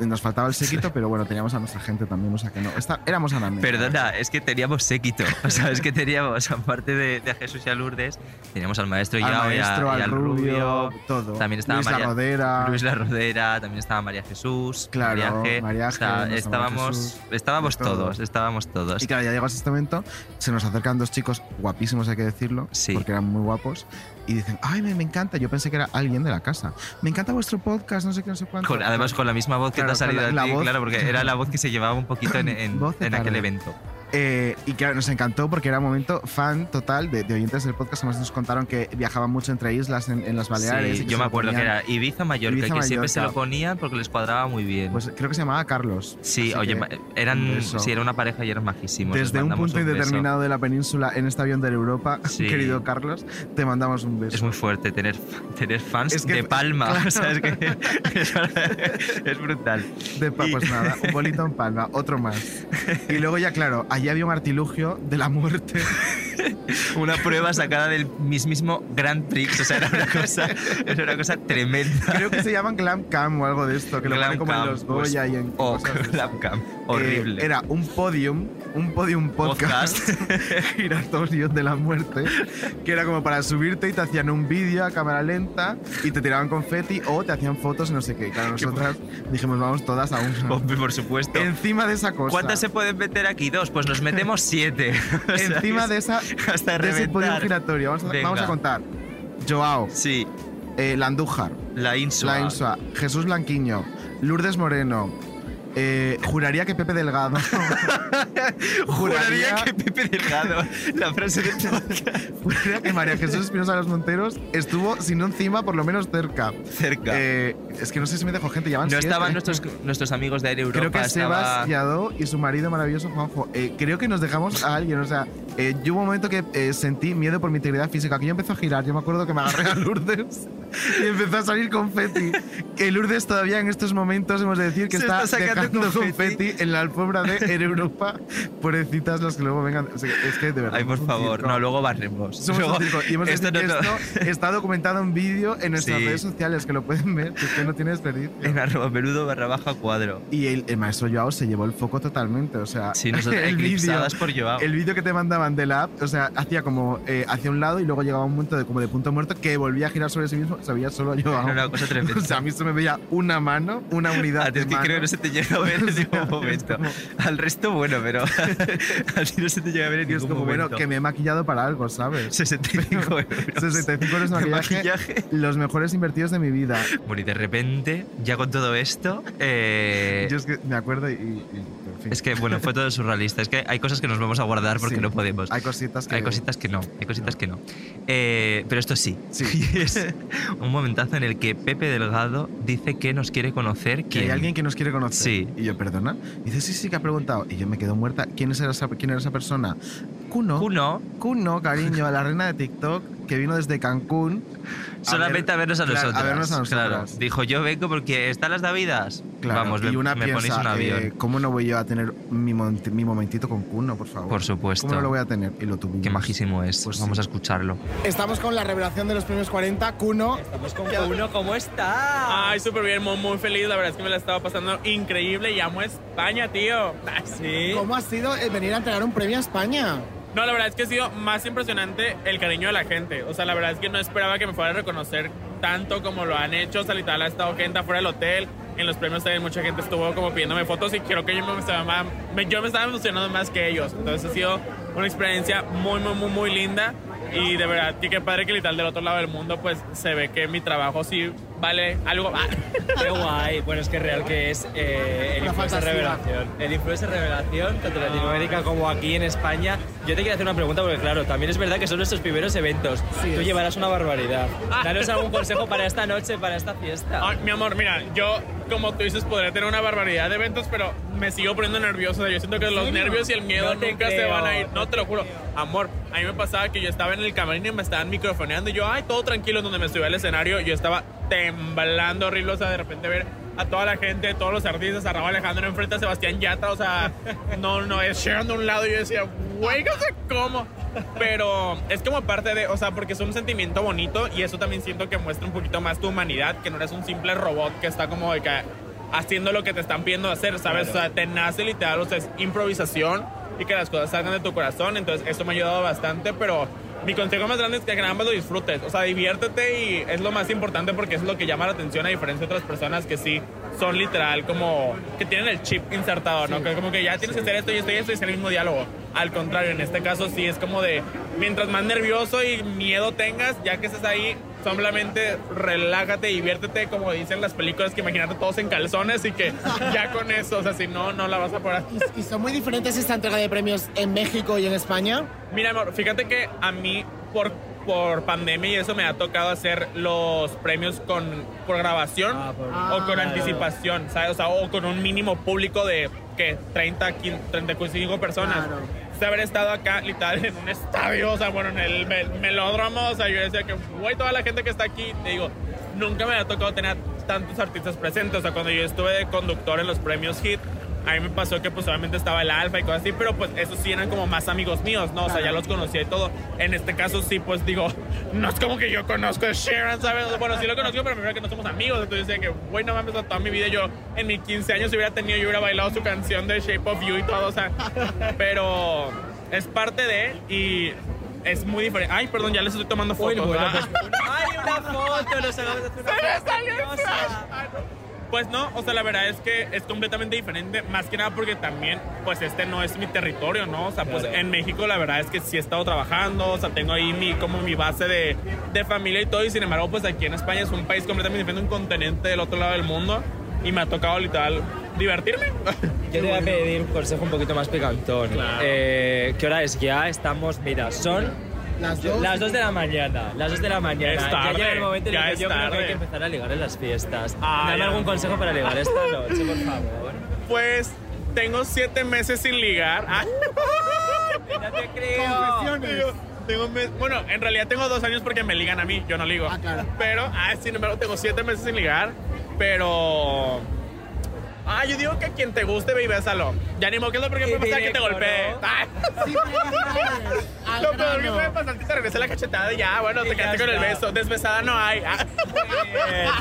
S3: Nos faltaba el séquito, pero bueno, teníamos a nuestra gente también, o sea que no. Esta- éramos Anamena.
S2: Perdona, es que teníamos séquito. O sea, es que teníamos, aparte de, de a Jesús y a Lourdes, teníamos al maestro
S3: Al
S2: Yao y a-
S3: maestro,
S2: y
S3: al Rubio, todo.
S2: También estaba
S3: Luis la
S2: María,
S3: Rodera.
S2: Luis la Rodera, también estaba María Jesús.
S3: Claro,
S2: María G.
S3: María
S2: O sea,
S3: G, nuestra
S2: estábamos,
S3: María Jesús,
S2: estábamos
S3: de todo.
S2: todos, estábamos todos.
S3: Y claro, ya llegas a este momento, se nos acercan dos chicos guapísimos, hay que decirlo, porque eran muy guapos, y dicen, ay, me, me encanta, yo pensé que era alguien de la casa, me encanta vuestro podcast, no sé qué, no sé cuánto.
S2: Con- además, con la misma voz que
S3: Claro,
S2: te ha
S3: con
S2: salido
S3: la-
S2: a
S3: la
S2: ti,
S3: voz.
S2: claro, porque era la voz que se llevaba un poquito en, en-
S3: Voz de
S2: en aquel
S3: tarde.
S2: evento.
S3: Eh, y claro, nos encantó porque era un momento fan total de, de oyentes del podcast. Además, nos contaron que viajaban mucho entre islas, en, en las Baleares.
S2: Sí,
S3: y que
S2: yo
S3: se
S2: me
S3: lo
S2: acuerdo que
S3: ponían.
S2: era Ibiza Mallorca,
S3: Ibiza,
S2: que siempre se lo
S3: Mallorca.
S2: ponían porque les cuadraba muy bien.
S3: Pues creo que se llamaba Carlos.
S2: sí,
S3: así
S2: oye,
S3: que,
S2: ma- eran,
S3: beso.
S2: sí, era una pareja y eran majísimos. les
S3: Desde un
S2: mandamos
S3: punto
S2: beso.
S3: indeterminado de la península en este avión de Europa,
S2: Sí.
S3: querido Carlos, te mandamos un beso.
S2: Es muy fuerte tener, tener fans
S3: Es que-
S2: de palma.
S3: claro.
S2: o sea, es, que- es brutal.
S3: De pa- pues nada, un bolito en palma, otro más. Y luego ya, claro, allí había un artilugio de la muerte.
S2: Una prueba sacada del mismísimo Grand Prix. O sea, era una cosa, era una cosa tremenda.
S3: Creo que se llaman Glam Cam o algo de esto, que lo
S2: Glam
S3: ponen como en
S2: Cam,
S3: los Goya
S2: pues,
S3: y en
S2: oh,
S3: cosas de
S2: Glam Cam, horrible.
S3: Eh, era un podium, un podium podcast, giratorio de la muerte, que era como para subirte y te hacían un vídeo a cámara lenta y te tiraban confeti o te hacían fotos y no sé qué. Y Claro, nosotras dijimos, vamos todas a una.
S2: Hombre, por supuesto.
S3: Encima de esa cosa.
S2: ¿Cuántas se pueden meter aquí? Dos, pues nos metemos siete. O sea,
S3: Encima de esa
S2: hasta
S3: de ese podium
S2: reventar.
S3: giratorio. Vamos a, vamos a
S2: Venga.
S3: contar. Joao.
S2: Sí.
S3: eh, Landújar.
S2: La Insua.
S3: La Insua. Jesús Blanquiño. Lourdes Moreno. eh, juraría que Pepe Delgado.
S2: Juraría que Pepe Delgado. La frase de
S3: Juraría que María Jesús Espinosa de los Monteros estuvo, si no encima, por lo menos cerca. Eh,
S2: Cerca.
S3: es que no sé si me dejo gente, ya van
S2: No
S3: siete.
S2: estaban nuestros, nuestros amigos de Aire Europa.
S3: Creo que
S2: estaba-
S3: Sebas Yadó y su marido maravilloso Juanjo. Eh, creo que nos dejamos a alguien. O sea, eh, yo hubo un momento que eh, sentí miedo por mi integridad física. Que yo empezó a girar. Yo me acuerdo que me agarré a Lourdes y empezó a salir confeti. Que Lourdes todavía en estos momentos hemos de decir que
S2: Se
S3: está,
S2: está sacando
S3: dejando confeti.
S2: confeti.
S3: en la alfombra de Air Europa. Pobrecitas las que luego vengan. O sea, es que de verdad.
S2: Ay, por favor. No, luego barremos.
S3: Somos
S2: Luego-
S3: un circo. Y hemos de
S2: esto
S3: decir
S2: no-
S3: que
S2: no-
S3: esto está documentado en vídeo en nuestras
S2: Sí.
S3: redes sociales, que lo pueden ver, que es que no tiene desperdicio.
S2: En arroba peludo barra baja cuadro.
S3: Y el, el maestro Joao se llevó el foco totalmente, o sea,
S2: Sí, nosotros eclipsadas por Joao.
S3: el vídeo que te mandaban de la app, o sea, hacía como eh, hacia un lado y luego llegaba un momento de como de punto muerto que volvía a girar sobre sí mismo, sabía solo a Joao.
S2: Era una cosa tremenda.
S3: O sea, a mí se me veía una mano, una
S2: A
S3: unidad
S2: ti Ah,
S3: de
S2: es que
S3: mano.
S2: creo que no se te llega a ver en ningún momento. Al resto, bueno, pero a ti no se te llega a ver en
S3: Y es
S2: ningún
S3: como,
S2: momento.
S3: bueno, que me he maquillado para algo, ¿sabes?
S2: 65 euros.
S3: 65 euros de
S2: De
S3: maquillaje, los mejores invertidos de mi vida.
S2: Bueno, y de repente, ya con todo esto, eh,
S3: Yo es que me acuerdo y... y- en fin.
S2: es que, bueno, fue todo surrealista. Es que hay cosas que nos vamos a guardar porque
S3: Sí,
S2: no podemos. Hay cositas
S3: que-
S2: Hay cositas que no, hay cositas que no. Eh, pero esto sí. Y es un momentazo en el que Pepe Delgado dice que nos quiere conocer.
S3: que hay
S2: ¿quién?
S3: alguien que nos quiere conocer.
S2: Sí.
S3: Y yo, perdona. Y dice, sí, sí, que ha preguntado. Y yo me quedo muerta. ¿Quién, es esa, quién era esa persona? Kuno.
S2: Kuno.
S3: Kuno, cariño, la reina de TikTok que vino desde Cancún. a
S2: Solamente a,
S3: ver-
S2: vernos a
S3: claro,
S2: nosotros.
S3: A vernos a
S2: Claro.
S3: nosotras.
S2: Dijo, yo vengo porque están las Davidas.
S3: Claro,
S2: Vamos,
S3: y
S2: me-
S3: una
S2: me
S3: piensa,
S2: ponéis un avión.
S3: eh, ¿Cómo no voy yo a tener mi, mont- mi momentito con Kuno, por favor?
S2: Por supuesto.
S3: ¿Cómo no lo voy a tener? Y lo tuvimos. Pues
S2: Qué majísimo es. Vamos a escucharlo.
S9: Estamos con la revelación de los premios 40, Kuno. Estamos con
S7: Uno, ¿cómo está?
S18: Ay, súper bien, muy, muy feliz. La verdad es que me la estaba pasando increíble. Y amo a España, tío. Sí.
S9: ¿Cómo ha sido eh, venir a entregar un premio a España?
S18: No, la verdad es que ha sido más impresionante el cariño de la gente. O sea, la verdad es que no esperaba que me fuera a reconocer tanto como lo han hecho. O sea, literal, ha estado gente afuera del hotel. En los premios también mucha gente estuvo como pidiéndome fotos y creo que yo me estaba, me- yo me estaba emocionando más que ellos. Entonces ha sido una experiencia muy, muy, muy, muy linda. Y de verdad, que qué padre que literal del otro lado del mundo, pues se ve que mi trabajo sí vale algo.
S7: Qué guay. Bueno, es que es real que es eh, el
S18: Una
S7: influencer
S18: fantasía.
S7: revelación. El influencer revelación, tanto
S9: Ah.
S7: en Latinoamérica como aquí en España. Yo te quería hacer una pregunta porque, claro, también es verdad que son nuestros primeros eventos. Tú
S18: es.
S7: llevarás una barbaridad.
S9: Ah.
S7: Danos algún consejo para esta noche, para esta fiesta.
S18: Ay, mi amor, mira, yo, como tú dices, podría tener una barbaridad de eventos, pero me sigo poniendo nervioso. O sea, yo siento que
S7: ¿En
S18: los
S7: serio?
S18: nervios y el miedo
S7: No te
S18: nunca se
S7: creo,
S18: van a ir. No, te lo juro. Amor, a mí me pasaba que yo estaba en el camerino y me estaban microfoneando. Y yo, ay, todo tranquilo, en donde me subí al escenario, yo estaba temblando horrible. O sea, de repente ver a toda la gente, todos los artistas, a Raúl Alejandro enfrente a Sebastián Yatra. O sea, no, no, es Sharon de un lado. Y yo decía, güey, no sé cómo. Pero es como parte de, o sea, porque es un sentimiento bonito y eso también siento que muestra un poquito más tu humanidad, que no eres un simple robot que está como de que haciendo lo que te están pidiendo hacer, ¿sabes? O sea, te nace literal, o sea, es improvisación y que las cosas salgan de tu corazón, entonces eso me ha ayudado bastante, pero mi consejo más grande es que nada más lo disfrutes, o sea, diviértete y es lo más importante porque es lo que llama la atención a diferencia de otras personas que sí son literal como que tienen el chip insertado, ¿no? Que como que ya tienes que hacer esto y esto y esto y es el mismo diálogo. Al contrario, en este caso sí es como de mientras más nervioso y miedo tengas, ya que estás ahí, Solamente relájate, diviértete, como dicen las películas, que imagínate todos en calzones y que ya con eso, o sea, si no, no la vas a poder hacer.
S9: ¿Y, y son muy diferentes esta entrega de premios en México y en España?
S18: Mira, amor, fíjate que a mí por, por pandemia y eso me ha tocado hacer los premios con, por grabación o con
S9: Ah.
S18: anticipación, ¿sabes? O sea, o con un mínimo público de, que 30, 15, 35 personas. O sea, haber estado acá, literal, en un estadio, o sea, bueno, en el mel- melódromo, o sea, yo decía que, güey, toda la gente que está aquí, te digo, nunca me había tocado tener tantos artistas presentes. O sea, cuando yo estuve de conductor en los premios Hit, a mí me pasó que, pues, obviamente estaba el Alfa y cosas así, pero pues, esos sí eran como más amigos míos, ¿no? O sea, ya los conocía y todo. En este caso, sí, pues, digo, no es como que yo conozco a Sharon, ¿sabes? Bueno, sí lo conozco, pero primero que no somos amigos. Entonces, yo decía que, güey, no mames, toda mi vida yo, en mis 15 años, si hubiera tenido, yo hubiera bailado su canción de Shape of You y todo, o sea, pero es parte de, y. Es muy diferente. Ay, perdón, ya les estoy tomando fotos.
S2: pues,
S7: bueno,
S18: ¿verdad?
S7: ¡Ay, una foto! Ah, Nos acabamos de hacer una
S18: ¡Se me
S7: foto
S18: salió el
S7: preciosa.
S18: Pues no, o sea, la verdad es que es completamente diferente, más que nada porque también, pues este no es mi territorio, ¿no? O sea, pues
S19: Claro.
S18: en México la verdad es que sí he estado trabajando, o sea, tengo ahí mi, como mi base de, de familia y todo, y sin embargo, pues aquí en España es un país completamente diferente, un continente del otro lado del mundo, y me ha tocado literal divertirme.
S7: Yo te voy a pedir un consejo un poquito más picantón. Eh, ¿Qué hora es ya? Estamos, mira, son
S9: Las
S7: yo-
S9: dos.
S7: las dos de la mañana. Las 2 de la mañana. ¿eh?
S9: Es
S7: ya llega
S9: tarde,
S7: el momento en
S9: ya
S7: el
S9: es
S7: que yo creo que
S9: tarde.
S7: hay que empezar a ligar en las fiestas.
S18: Ah,
S7: Dame
S18: ya.
S7: algún consejo para ligar esta noche, por favor.
S18: Pues tengo siete meses sin ligar. Ah. Tengo- tengo un mes- bueno, en realidad tengo dos años porque me ligan a mí, yo no ligo. Pero, ah, sin embargo, tengo siete meses sin ligar. Pero. Ah, yo digo que a quien te guste, baby, bésalo. Ya ni modo que es lo peor que puede pasar que te
S19: directo,
S18: golpee. Ah.
S19: al
S18: Lo peor que
S19: grano.
S18: puede pasar es que te regrese la cachetada y ya, bueno, te quedaste con el beso. Desbesada no hay. Ah.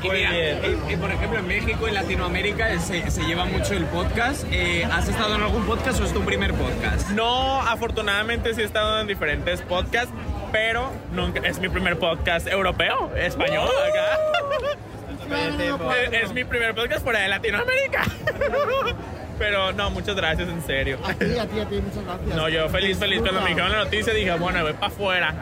S14: Y mira, y- y por ejemplo, en México, en Latinoamérica, eh, se, se lleva mucho el podcast. Eh, ¿Has estado en algún podcast o es tu primer podcast?
S18: No, afortunadamente sí he estado en diferentes podcasts, pero nunca es mi primer podcast europeo, español
S14: ¡Uh!
S18: acá. Es- Es mi primer podcast fuera de Latinoamérica. Pero no, muchas gracias, en serio.
S9: Sí, a ti, a ti, muchas gracias.
S18: No, yo feliz, feliz. Cuando me
S9: Disfruta.
S18: dijeron la noticia dije, bueno, voy para afuera.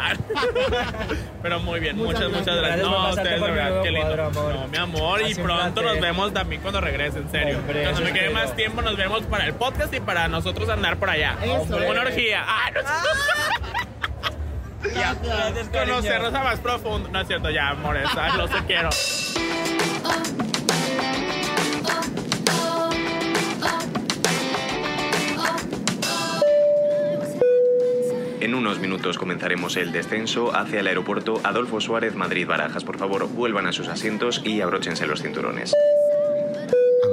S18: Pero muy bien, muchas,
S7: Muchas
S18: muchas gracias.
S7: gracias. Gracias por
S18: No,
S7: pasarte
S18: ustedes, de
S7: por mi
S18: verdad,
S7: nuevo
S18: qué lindo.
S7: cuadro, amor.
S18: No, mi amor,
S7: Ha
S18: y
S7: sido un
S18: pronto
S7: placer.
S18: nos vemos también cuando regrese, en serio.
S7: Hombre,
S18: cuando
S7: eso
S18: me quede
S7: espero.
S18: más tiempo nos vemos para el podcast y para nosotros andar por allá.
S19: Hombre.
S18: Una orgía. Ah, no. Ya, conocernos a más profundo. No es cierto, ya, amores, ah, los te quiero.
S1: En unos minutos comenzaremos el descenso hacia el aeropuerto Adolfo Suárez Madrid Barajas. Por favor, vuelvan a sus asientos y abróchense los cinturones.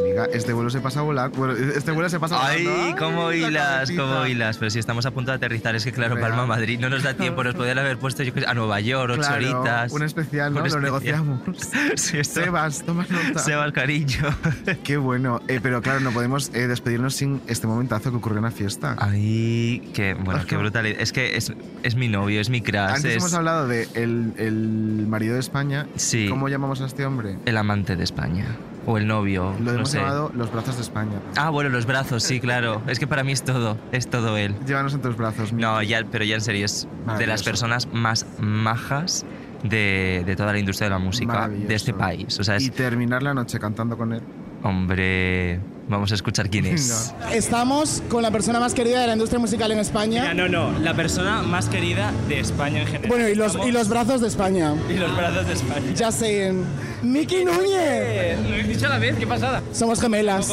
S3: Amiga, este vuelo se pasa volando. Bueno, este vuelo se pasa
S2: Ay,
S3: volando.
S2: cómo
S3: la
S2: hilas,
S3: cabecita.
S2: cómo hilas. Pero si estamos a punto de aterrizar, es que claro,
S3: Real.
S2: Palma Madrid no nos da tiempo. Nos podrían haber puesto yo, qué sé, a Nueva York, ocho
S3: Claro,
S2: horitas.
S3: Un especial, ¿no?
S2: Un especial.
S3: Lo negociamos. Sebas, toma nota.
S2: Sebas, cariño.
S3: Qué bueno. Eh, pero claro, no podemos eh, despedirnos sin este momentazo que ocurrió en la fiesta. Ah,
S2: Ay, qué, bueno, qué brutal. Es que es, es mi novio, es mi crush.
S3: Antes
S2: es
S3: hemos hablado de el, el marido de España.
S2: Sí.
S3: ¿Cómo llamamos a este hombre?
S2: el amante de España. O el novio.
S3: Lo
S2: no
S3: hemos
S2: sé.
S3: llamado los brazos de España.
S2: Ah, bueno, los brazos, sí, claro. Es que para mí es todo, es todo él.
S3: Llévanos en tus brazos.
S2: No, ya, pero ya en serio, es de las
S3: Maravilloso.
S2: personas más majas de, de toda la industria de la música de este país. O sea, es,
S3: Y terminar la noche cantando con él.
S2: hombre, vamos a escuchar quién es.
S9: Estamos con la persona más querida de la industria musical en España.
S7: Mira, no, no, la persona más querida de España en general.
S9: Bueno, y los,
S7: Estamos-
S9: y los brazos de España.
S7: y los brazos de España.
S9: Ya sé, Miki Núñez.
S7: Lo he dicho a la vez, qué pasada.
S9: Somos gemelas.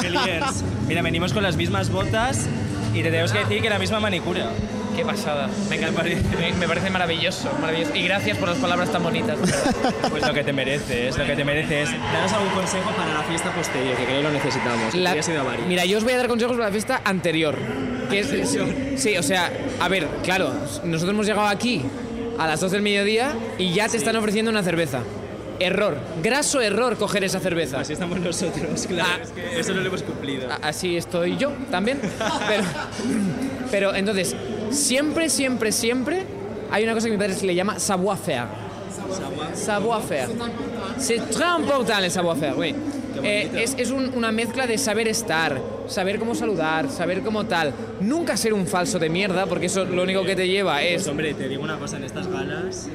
S7: Qué liers. Mira, venimos con las mismas botas y te tenemos que decir que la misma manicura.
S14: Qué pasada. Me, encanta, me, me parece maravilloso, maravilloso. Y gracias por las palabras tan bonitas.
S7: Pues lo que te mereces, lo que te mereces. Danos algún consejo para la fiesta posterior, que creo que lo necesitamos.
S14: La-
S7: Ya ha sido a varios.
S14: Mira, yo os voy a dar consejos para la fiesta anterior. Que es, sí, o sea, a ver, claro, nosotros hemos llegado aquí a las 12 del mediodía y ya te están ofreciendo una cerveza. Error, graso error coger esa cerveza. Así
S7: estamos nosotros, claro, es que eso no lo hemos cumplido.
S14: Así estoy yo también. Pero, pero entonces, siempre, siempre, siempre hay una cosa que a mi padre se le llama savoir-faire. Savoir-faire. C'est très important el savoir-faire, oui. Eh, es es un- una mezcla de saber estar, saber cómo saludar, saber cómo tal. Nunca ser un falso de mierda, porque eso lo único que te lleva
S7: Pues,
S14: es.
S7: hombre, te digo una cosa, en estas galas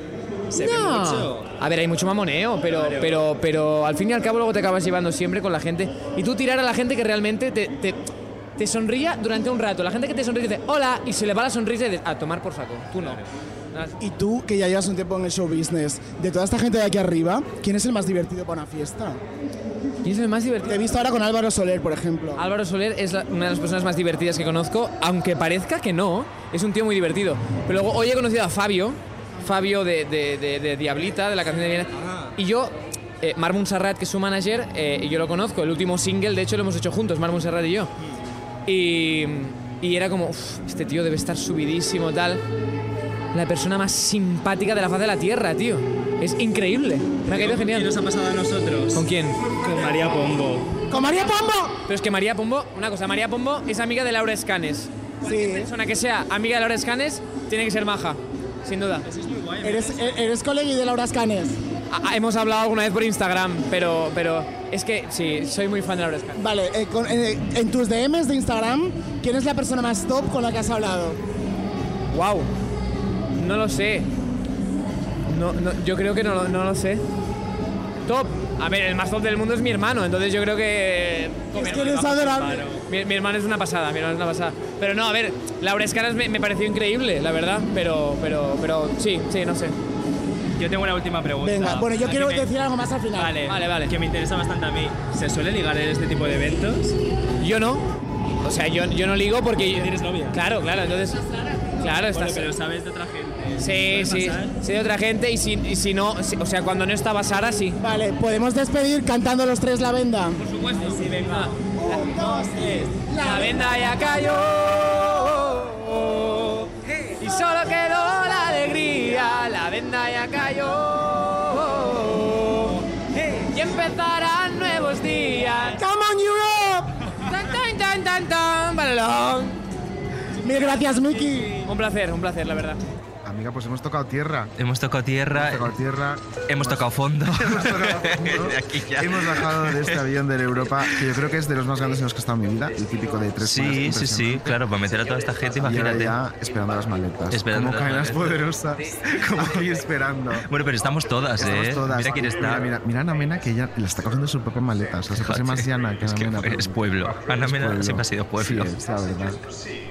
S7: se ve
S14: No.
S7: mucho.
S14: A ver, hay mucho mamoneo, pero,
S7: Claro.
S14: pero, pero al fin y al cabo luego te acabas llevando siempre con la gente. Y tú tirar a la gente que realmente te, te, te sonría durante un rato. La gente que te sonríe dice hola y se le va la sonrisa y dices, a tomar por saco. Tú no.
S9: Y tú, que ya llevas un tiempo en el show business, de toda esta gente de aquí arriba, ¿quién es el más divertido para una fiesta?
S14: ¿Quién es el más divertido?
S9: Te he visto ahora con Álvaro Soler, por ejemplo.
S14: Álvaro Soler es la- una de las personas más divertidas que conozco, aunque parezca que no, es un tío muy divertido. Pero luego hoy he conocido a Fabio, Fabio de, de- de- de Diablita, de la canción de Viena.
S7: Ah.
S14: Y yo, eh, Mar Montserrat, que es su manager, eh, y yo lo conozco. El último single, de hecho, lo hemos hecho juntos, Mar Montserrat y
S7: Mm.
S14: yo. Y, y era como, "Uf, este tío debe estar subidísimo, tal. La persona más simpática de la faz de la tierra, tío. Es increíble. Me ha caído genial.
S7: ¿Qué nos ha pasado a nosotros?
S14: ¿Con quién?
S7: Con María Pombo.
S9: ¡Con María Pombo!
S14: Pero es que María Pombo, una cosa, María Pombo es amiga de Laura Escanes. Cualquier persona que sea amiga de Laura Escanes tiene que ser maja, sin duda.
S9: eh, ¿Eres, e- eres colegui de Laura Escanes?
S14: a- ah, hemos hablado alguna vez por Instagram, pero, pero es que sí, soy muy fan de Laura Escanes.
S9: Vale, eh, con- eh, en tus DMs de Instagram, ¿quién es la persona más top con la que has hablado?
S14: Wow, no lo sé. No, no, yo creo que no, lo- no lo sé. Top. A ver, el más top del mundo es mi hermano, entonces yo creo que... Es
S9: que eres adorable.
S14: Mi, mi hermano es una pasada, mi hermano es una pasada. Pero no, a ver, Laura Escaras me, me pareció increíble, la verdad, pero, pero, pero sí, sí, no sé.
S19: Yo tengo una última pregunta.
S9: Venga, bueno, yo
S19: Aquí
S9: quiero
S19: me-
S9: decir algo más al final.
S19: Vale, vale, Que me interesa bastante a mí. ¿Se suele ligar en este tipo de eventos?
S14: Yo no. O sea, yo, yo no ligo porque... ¿Tienes novia? Claro, claro, entonces... Claro,
S19: Bueno,
S14: estás...
S19: pero sabes de otra gente.
S14: Sí, sí, sí, de otra gente y si, y si no, si- o sea, cuando no estaba Sara, sí.
S9: Vale, podemos despedir cantando los tres la venda.
S14: Por supuesto. Sí, venga.
S9: Un, dos, tres.
S14: La venda ya cayó y solo quedó la alegría. La venda ya cayó y empezarán nuevos días.
S9: Come on Europe.
S14: Tan tan tan tan tan. balón.
S9: Mil gracias, Miki.
S14: Un placer, un placer, la verdad.
S3: Amiga, pues hemos tocado tierra.
S2: Hemos tocado tierra. Hemos
S3: tocado tierra.
S2: Hemos tocado fondo.
S3: Hemos bajado de este avión del Europa, que yo creo que es de los más grandes en los que he estado en mi vida, el típico de tres semanas,
S2: Sí, sí, sí,
S3: impresionante.
S2: claro, para meter a toda esta gente,
S3: Y ahora
S2: imagínate.
S3: ya esperando las maletas.
S2: Esperando las
S3: como cadenas
S2: maletas.
S3: poderosas. Como ahí esperando.
S2: Bueno, pero estamos todas,
S3: Estamos
S2: ¿eh?
S3: todas.
S2: Mira quién está.
S3: Mira, mira, mira a Ana Mena, que ella la está cogiendo su propia maleta. O sea, se pasa más llana que
S2: es
S3: Ana
S2: que
S3: Mena.
S2: fue- es pueblo. Ana
S3: Es
S2: Mena
S3: pueblo.
S2: siempre ha sido pueblo.
S3: Sí, es la verdad.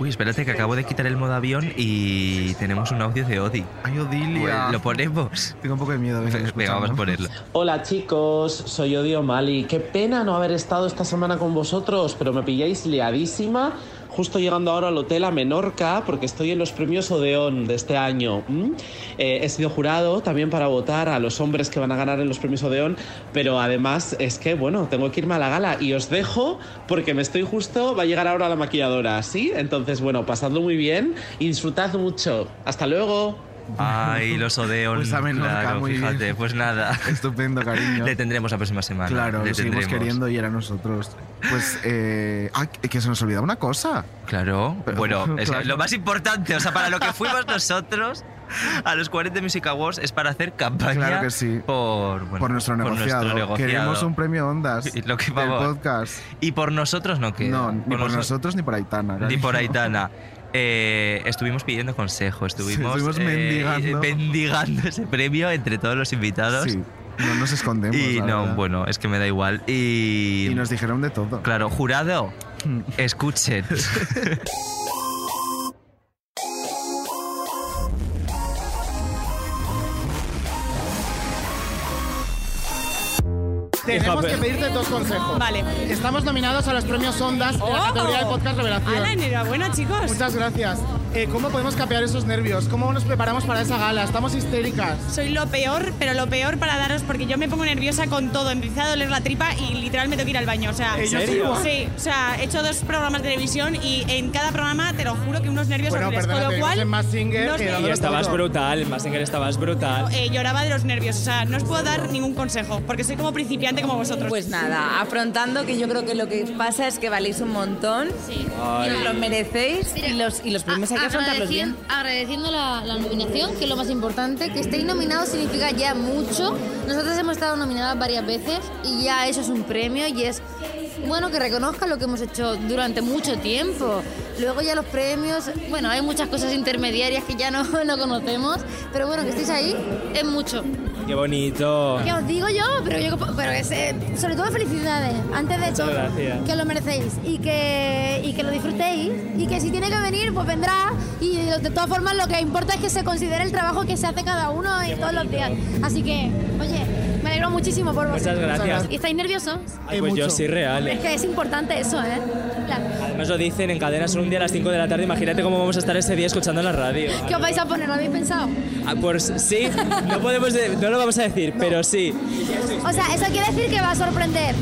S2: Uy, espérate que acabo de quitar el modo avión y tenemos un audio de Odi.
S3: Ay, Odilia.
S2: Bueno, Lo ponemos.
S3: Tengo un poco de miedo.
S2: Venga, vamos a ponerlo.
S20: Hola chicos, soy Odio Mali. Qué pena no haber estado esta semana con vosotros, pero me pilláis liadísima. Justo llegando ahora al hotel a Menorca, porque estoy en los premios Odeón de este año. ¿m? Eh, he sido jurado también para votar a los hombres que van a ganar en los premios Odeón, pero además es que, bueno, tengo que irme a la gala y os dejo porque me estoy justo, va a llegar ahora la maquilladora, ¿sí? Entonces, bueno, pasadlo muy bien y disfrutad mucho. Hasta luego.
S2: Ay, los Odeon.
S20: Pues a Menorca,
S2: claro,
S20: muy bien.
S2: fíjate, pues nada.
S3: Estupendo, cariño.
S2: Le tendremos la próxima semana.
S3: Claro,
S2: le
S3: lo seguimos
S2: tendremos.
S3: queriendo y era nosotros. Pues, eh, ah, que se nos olvidaba una cosa.
S2: Claro, Oh, Bueno, es
S3: Claro.
S2: lo más importante, o sea, para lo que fuimos nosotros a los 40 Music Awards es para hacer campaña
S3: Claro que sí.
S2: por, bueno,
S3: por nuestro negociado.
S2: negociado.
S3: Queremos un premio Ondas
S2: Y lo que
S3: del
S2: vamos-
S3: podcast.
S2: Y por nosotros no queda.
S3: No, ni por,
S2: noso-
S3: nosotros ni por Aitana.
S2: Ni
S3: cariño.
S2: por Aitana. Eh, estuvimos pidiendo consejo, estuvimos,
S3: estuvimos
S2: eh,
S3: mendigando.
S2: mendigando ese premio entre todos los invitados.
S3: Sí, no nos escondemos.
S2: Y
S3: la
S2: no,
S3: verdad.
S2: bueno, es que me da igual. Y,
S3: Y nos dijeron de todo.
S2: Claro, jurado, escuchen.
S9: Tenemos
S20: Hija,
S9: que
S20: pero-
S9: pedirte dos consejos. Vale. Estamos nominados a los premios Ondas en la
S8: ¡Oh!
S9: categoría del podcast Revelación.
S8: ¡Hala, enhorabuena, chicos!
S9: Muchas gracias. Eh, ¿Cómo podemos capear esos nervios? ¿Cómo nos preparamos para esa gala? Estamos histéricas.
S8: Soy lo peor, pero lo peor para daros porque yo me pongo nerviosa con todo. Empieza a doler la tripa y literal me tengo que ir al baño. O sea,
S9: ¿En serio?
S8: Sí, o sea, he hecho dos programas de televisión y en cada programa te lo juro que unos nervios
S9: Bueno,
S8: horribles.
S9: perdona,
S8: Con lo
S9: tenemos
S8: cual,
S9: en Mazinger
S8: no os
S9: que
S8: puedo-
S9: dándolo
S8: yo
S9: todo.
S8: estabas
S20: brutal, en Mazinger estabas brutal.
S8: eh, lloraba de los nervios. O sea, no os puedo dar ningún consejo porque soy como principiante como vosotros.
S21: Pues nada, afrontando que yo creo que lo que pasa es que valéis un montón y os lo merecéis y los, y los premios hay que afrontarlos
S11: Agradecien-
S21: bien.
S11: Agradeciendo la, la nominación, que es lo más importante, que estéis nominados significa ya mucho. Nosotros hemos estado nominadas varias veces y ya eso es un premio y es bueno que reconozca lo que hemos hecho durante mucho tiempo. Luego ya los premios, bueno, hay muchas cosas intermediarias que ya no, no conocemos, pero bueno, que estéis ahí es mucho.
S20: Qué bonito.
S11: Que os digo yo, pero yo pero que se- sobre todo felicidades, antes de todo,
S20: gracias.
S11: que lo merecéis y que, y que lo disfrutéis y que si tiene que venir, pues vendrá y de de todas formas lo que importa es que se considere el trabajo que se hace cada uno y todos los días. Así que, oye, me alegro muchísimo por
S20: Muchas
S11: vosotros.
S20: gracias.
S11: ¿Y estáis nerviosos?
S2: Eh,
S20: Ay, pues yo sí, real.
S11: Es que es importante eso, ¿eh? Claro.
S20: Además lo dicen en cadena son un día a las 5 de la tarde. Imagínate cómo vamos a estar ese día escuchando la radio.
S11: ¿Qué os vais a poner? ¿Lo habéis pensado?
S20: Ah, pues sí, no podemos, de- no lo vamos a decir, pero sí,
S11: O sea, eso quiere decir que va a sorprender.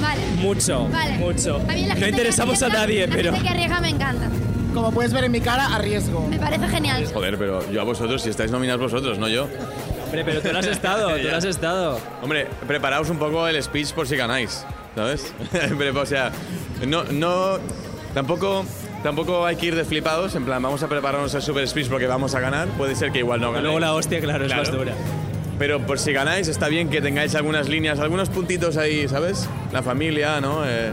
S11: Vale.
S20: mucho,
S11: Vale.
S20: mucho.
S11: A mí la gente
S20: No
S11: que
S20: interesamos a
S11: arriesga-
S20: nadie,
S11: la
S20: pero.
S11: gente que arriesga me encanta.
S9: Como puedes ver en mi cara, arriesgo.
S11: Me parece genial.
S15: Joder, pero yo a vosotros, si estáis nominados vosotros, no yo.
S20: Hombre, pero tú lo has estado, tú lo has estado.
S15: Hombre, preparaos un poco el speech por si ganáis, ¿sabes? Pero, o sea, no, no, tampoco, tampoco hay que ir de flipados, en plan, vamos a prepararnos el super speech porque vamos a ganar, puede ser que igual no ganéis.
S20: Luego la hostia, claro, es más dura.
S15: Pero por si ganáis, está bien que tengáis algunas líneas, algunos puntitos ahí, ¿sabes? La familia, ¿no? Eh,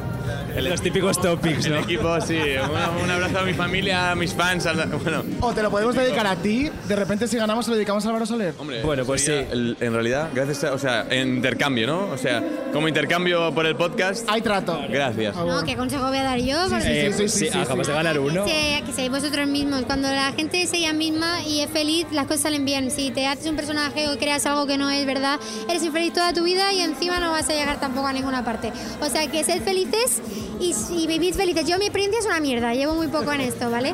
S22: Los típicos topics,
S15: el
S22: ¿no?
S15: equipo, sí. Un, un abrazo a mi familia, a mis fans. a la- bueno,
S9: O te lo podemos dedicar a ti. De repente, si ganamos, se lo dedicamos a Álvaro Soler.
S15: bueno, pues sí. en realidad, gracias a, o sea, en intercambio, ¿no? O sea, como intercambio por el podcast.
S9: Hay trato.
S15: Gracias.
S7: No, ¿qué consejo voy a dar yo? Porque
S15: sí, sí, sí, sí,
S23: acabas
S15: sí.
S23: de ganar uno.
S7: Que, que seáis vosotros mismos. Cuando la gente es ella misma y es feliz, las cosas salen bien. Si te haces un personaje o creas algo que no es verdad, eres infeliz toda tu vida y encima no vas a llegar tampoco a ninguna parte. O sea, que sed felices y, y vivid felices. Yo mi experiencia es una mierda, llevo muy poco en esto, ¿vale?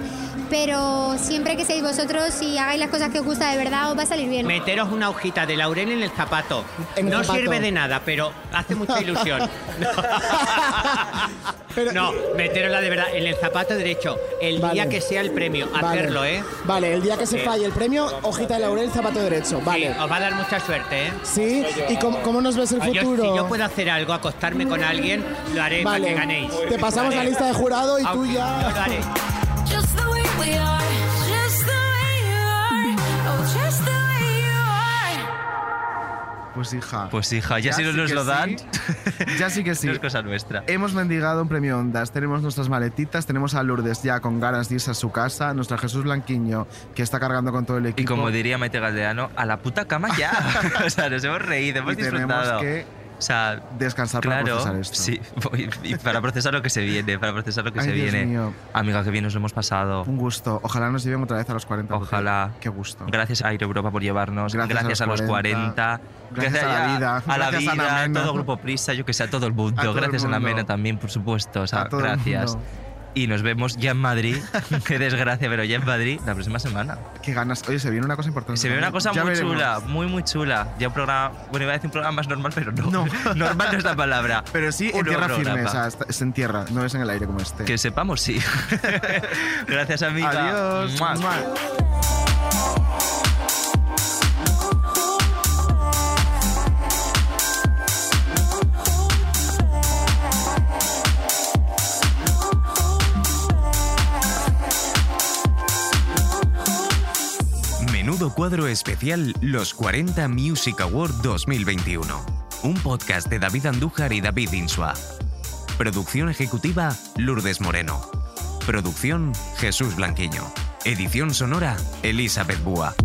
S7: Pero siempre que seáis vosotros y hagáis las cosas que os gusta de verdad, os va a salir bien.
S10: Meteros una hojita de laurel en el zapato.
S7: En el
S10: no
S7: zapato.
S10: sirve de nada, pero hace mucha ilusión. no, meterosla de verdad en el zapato derecho. El día
S9: Vale.
S10: que sea el premio, hacerlo, ¿eh?
S9: Vale, el día que se
S10: Sí.
S9: falle el premio, hojita de laurel, zapato derecho. Vale.
S10: Os va a dar mucha suerte, ¿eh?
S9: Sí, ¿y cómo, cómo nos ves el
S10: Yo-
S9: futuro?
S10: si yo puedo hacer algo, acostarme con alguien, lo haré
S9: Vale.
S10: para que ganéis.
S9: Te pasamos la lista de jurado y tú ya-
S10: Lo haré.
S17: Just the way we are, just the way you are, oh, just the way you are.
S3: Pues hija.
S2: Pues hija, ya, si no
S3: sí
S2: nos
S3: que
S2: lo dan,
S3: ya sí que sí.
S2: no es cosa nuestra.
S3: Hemos mendigado un premio Ondas, tenemos nuestras maletitas, tenemos a Lourdes ya con ganas de irse a su casa, nuestra Jesús Blanquiño que está cargando con todo el equipo.
S2: Y como diría Maite Galdeano, a la puta cama ya. o sea, nos hemos reído, hemos
S3: Y tenemos
S2: disfrutado.
S3: que
S2: o sea,
S3: descansar para
S2: claro,
S3: procesar esto.
S2: Sí, y para procesar lo que se viene, para procesar lo que
S3: Ay,
S2: se
S3: Dios
S2: viene.
S3: mío.
S2: Amiga, qué bien nos lo hemos pasado.
S3: Un gusto. Ojalá nos lleven otra vez a los 40. porque
S2: Ojalá.
S3: Qué gusto.
S2: Gracias a Aire Europa por llevarnos.
S3: Gracias
S2: Gracias,
S3: a
S2: a
S3: los
S2: los
S3: 40,
S2: 40.
S3: gracias a la vida,
S2: A la
S3: gracias a
S2: vida,
S3: Ana Mena.
S2: todo Grupo Prisa, yo que sé, a todo el mundo.
S3: A todo el
S2: gracias a la
S3: mundo.
S2: Mena también, por supuesto. O sea,
S3: A todo el
S2: gracias.
S3: mundo.
S2: Y nos vemos ya en Madrid. qué desgracia, pero ya en Madrid la próxima semana.
S3: Qué ganas. Oye, se viene una cosa importante.
S2: Se ve una
S3: también.
S2: cosa
S3: Ya
S2: muy
S3: veremos.
S2: chula, muy, muy chula. Ya un programa. Bueno, iba a decir un programa más normal, pero no. normal no es la palabra.
S3: Pero sí, en
S2: Un
S3: tierra
S2: programa.
S3: firme, o sea, está- es en tierra, no es en el aire como este.
S2: Que sepamos, sí. Gracias, amiga.
S3: Adiós.
S2: Mua.
S3: Mua.
S1: Menudo cuadro especial Los 40 Music Award 2021. Un podcast de David Andújar y David Insua. Producción ejecutiva Lourdes Moreno. Producción Jesús Blanquiño. Edición sonora Elizabeth Búa.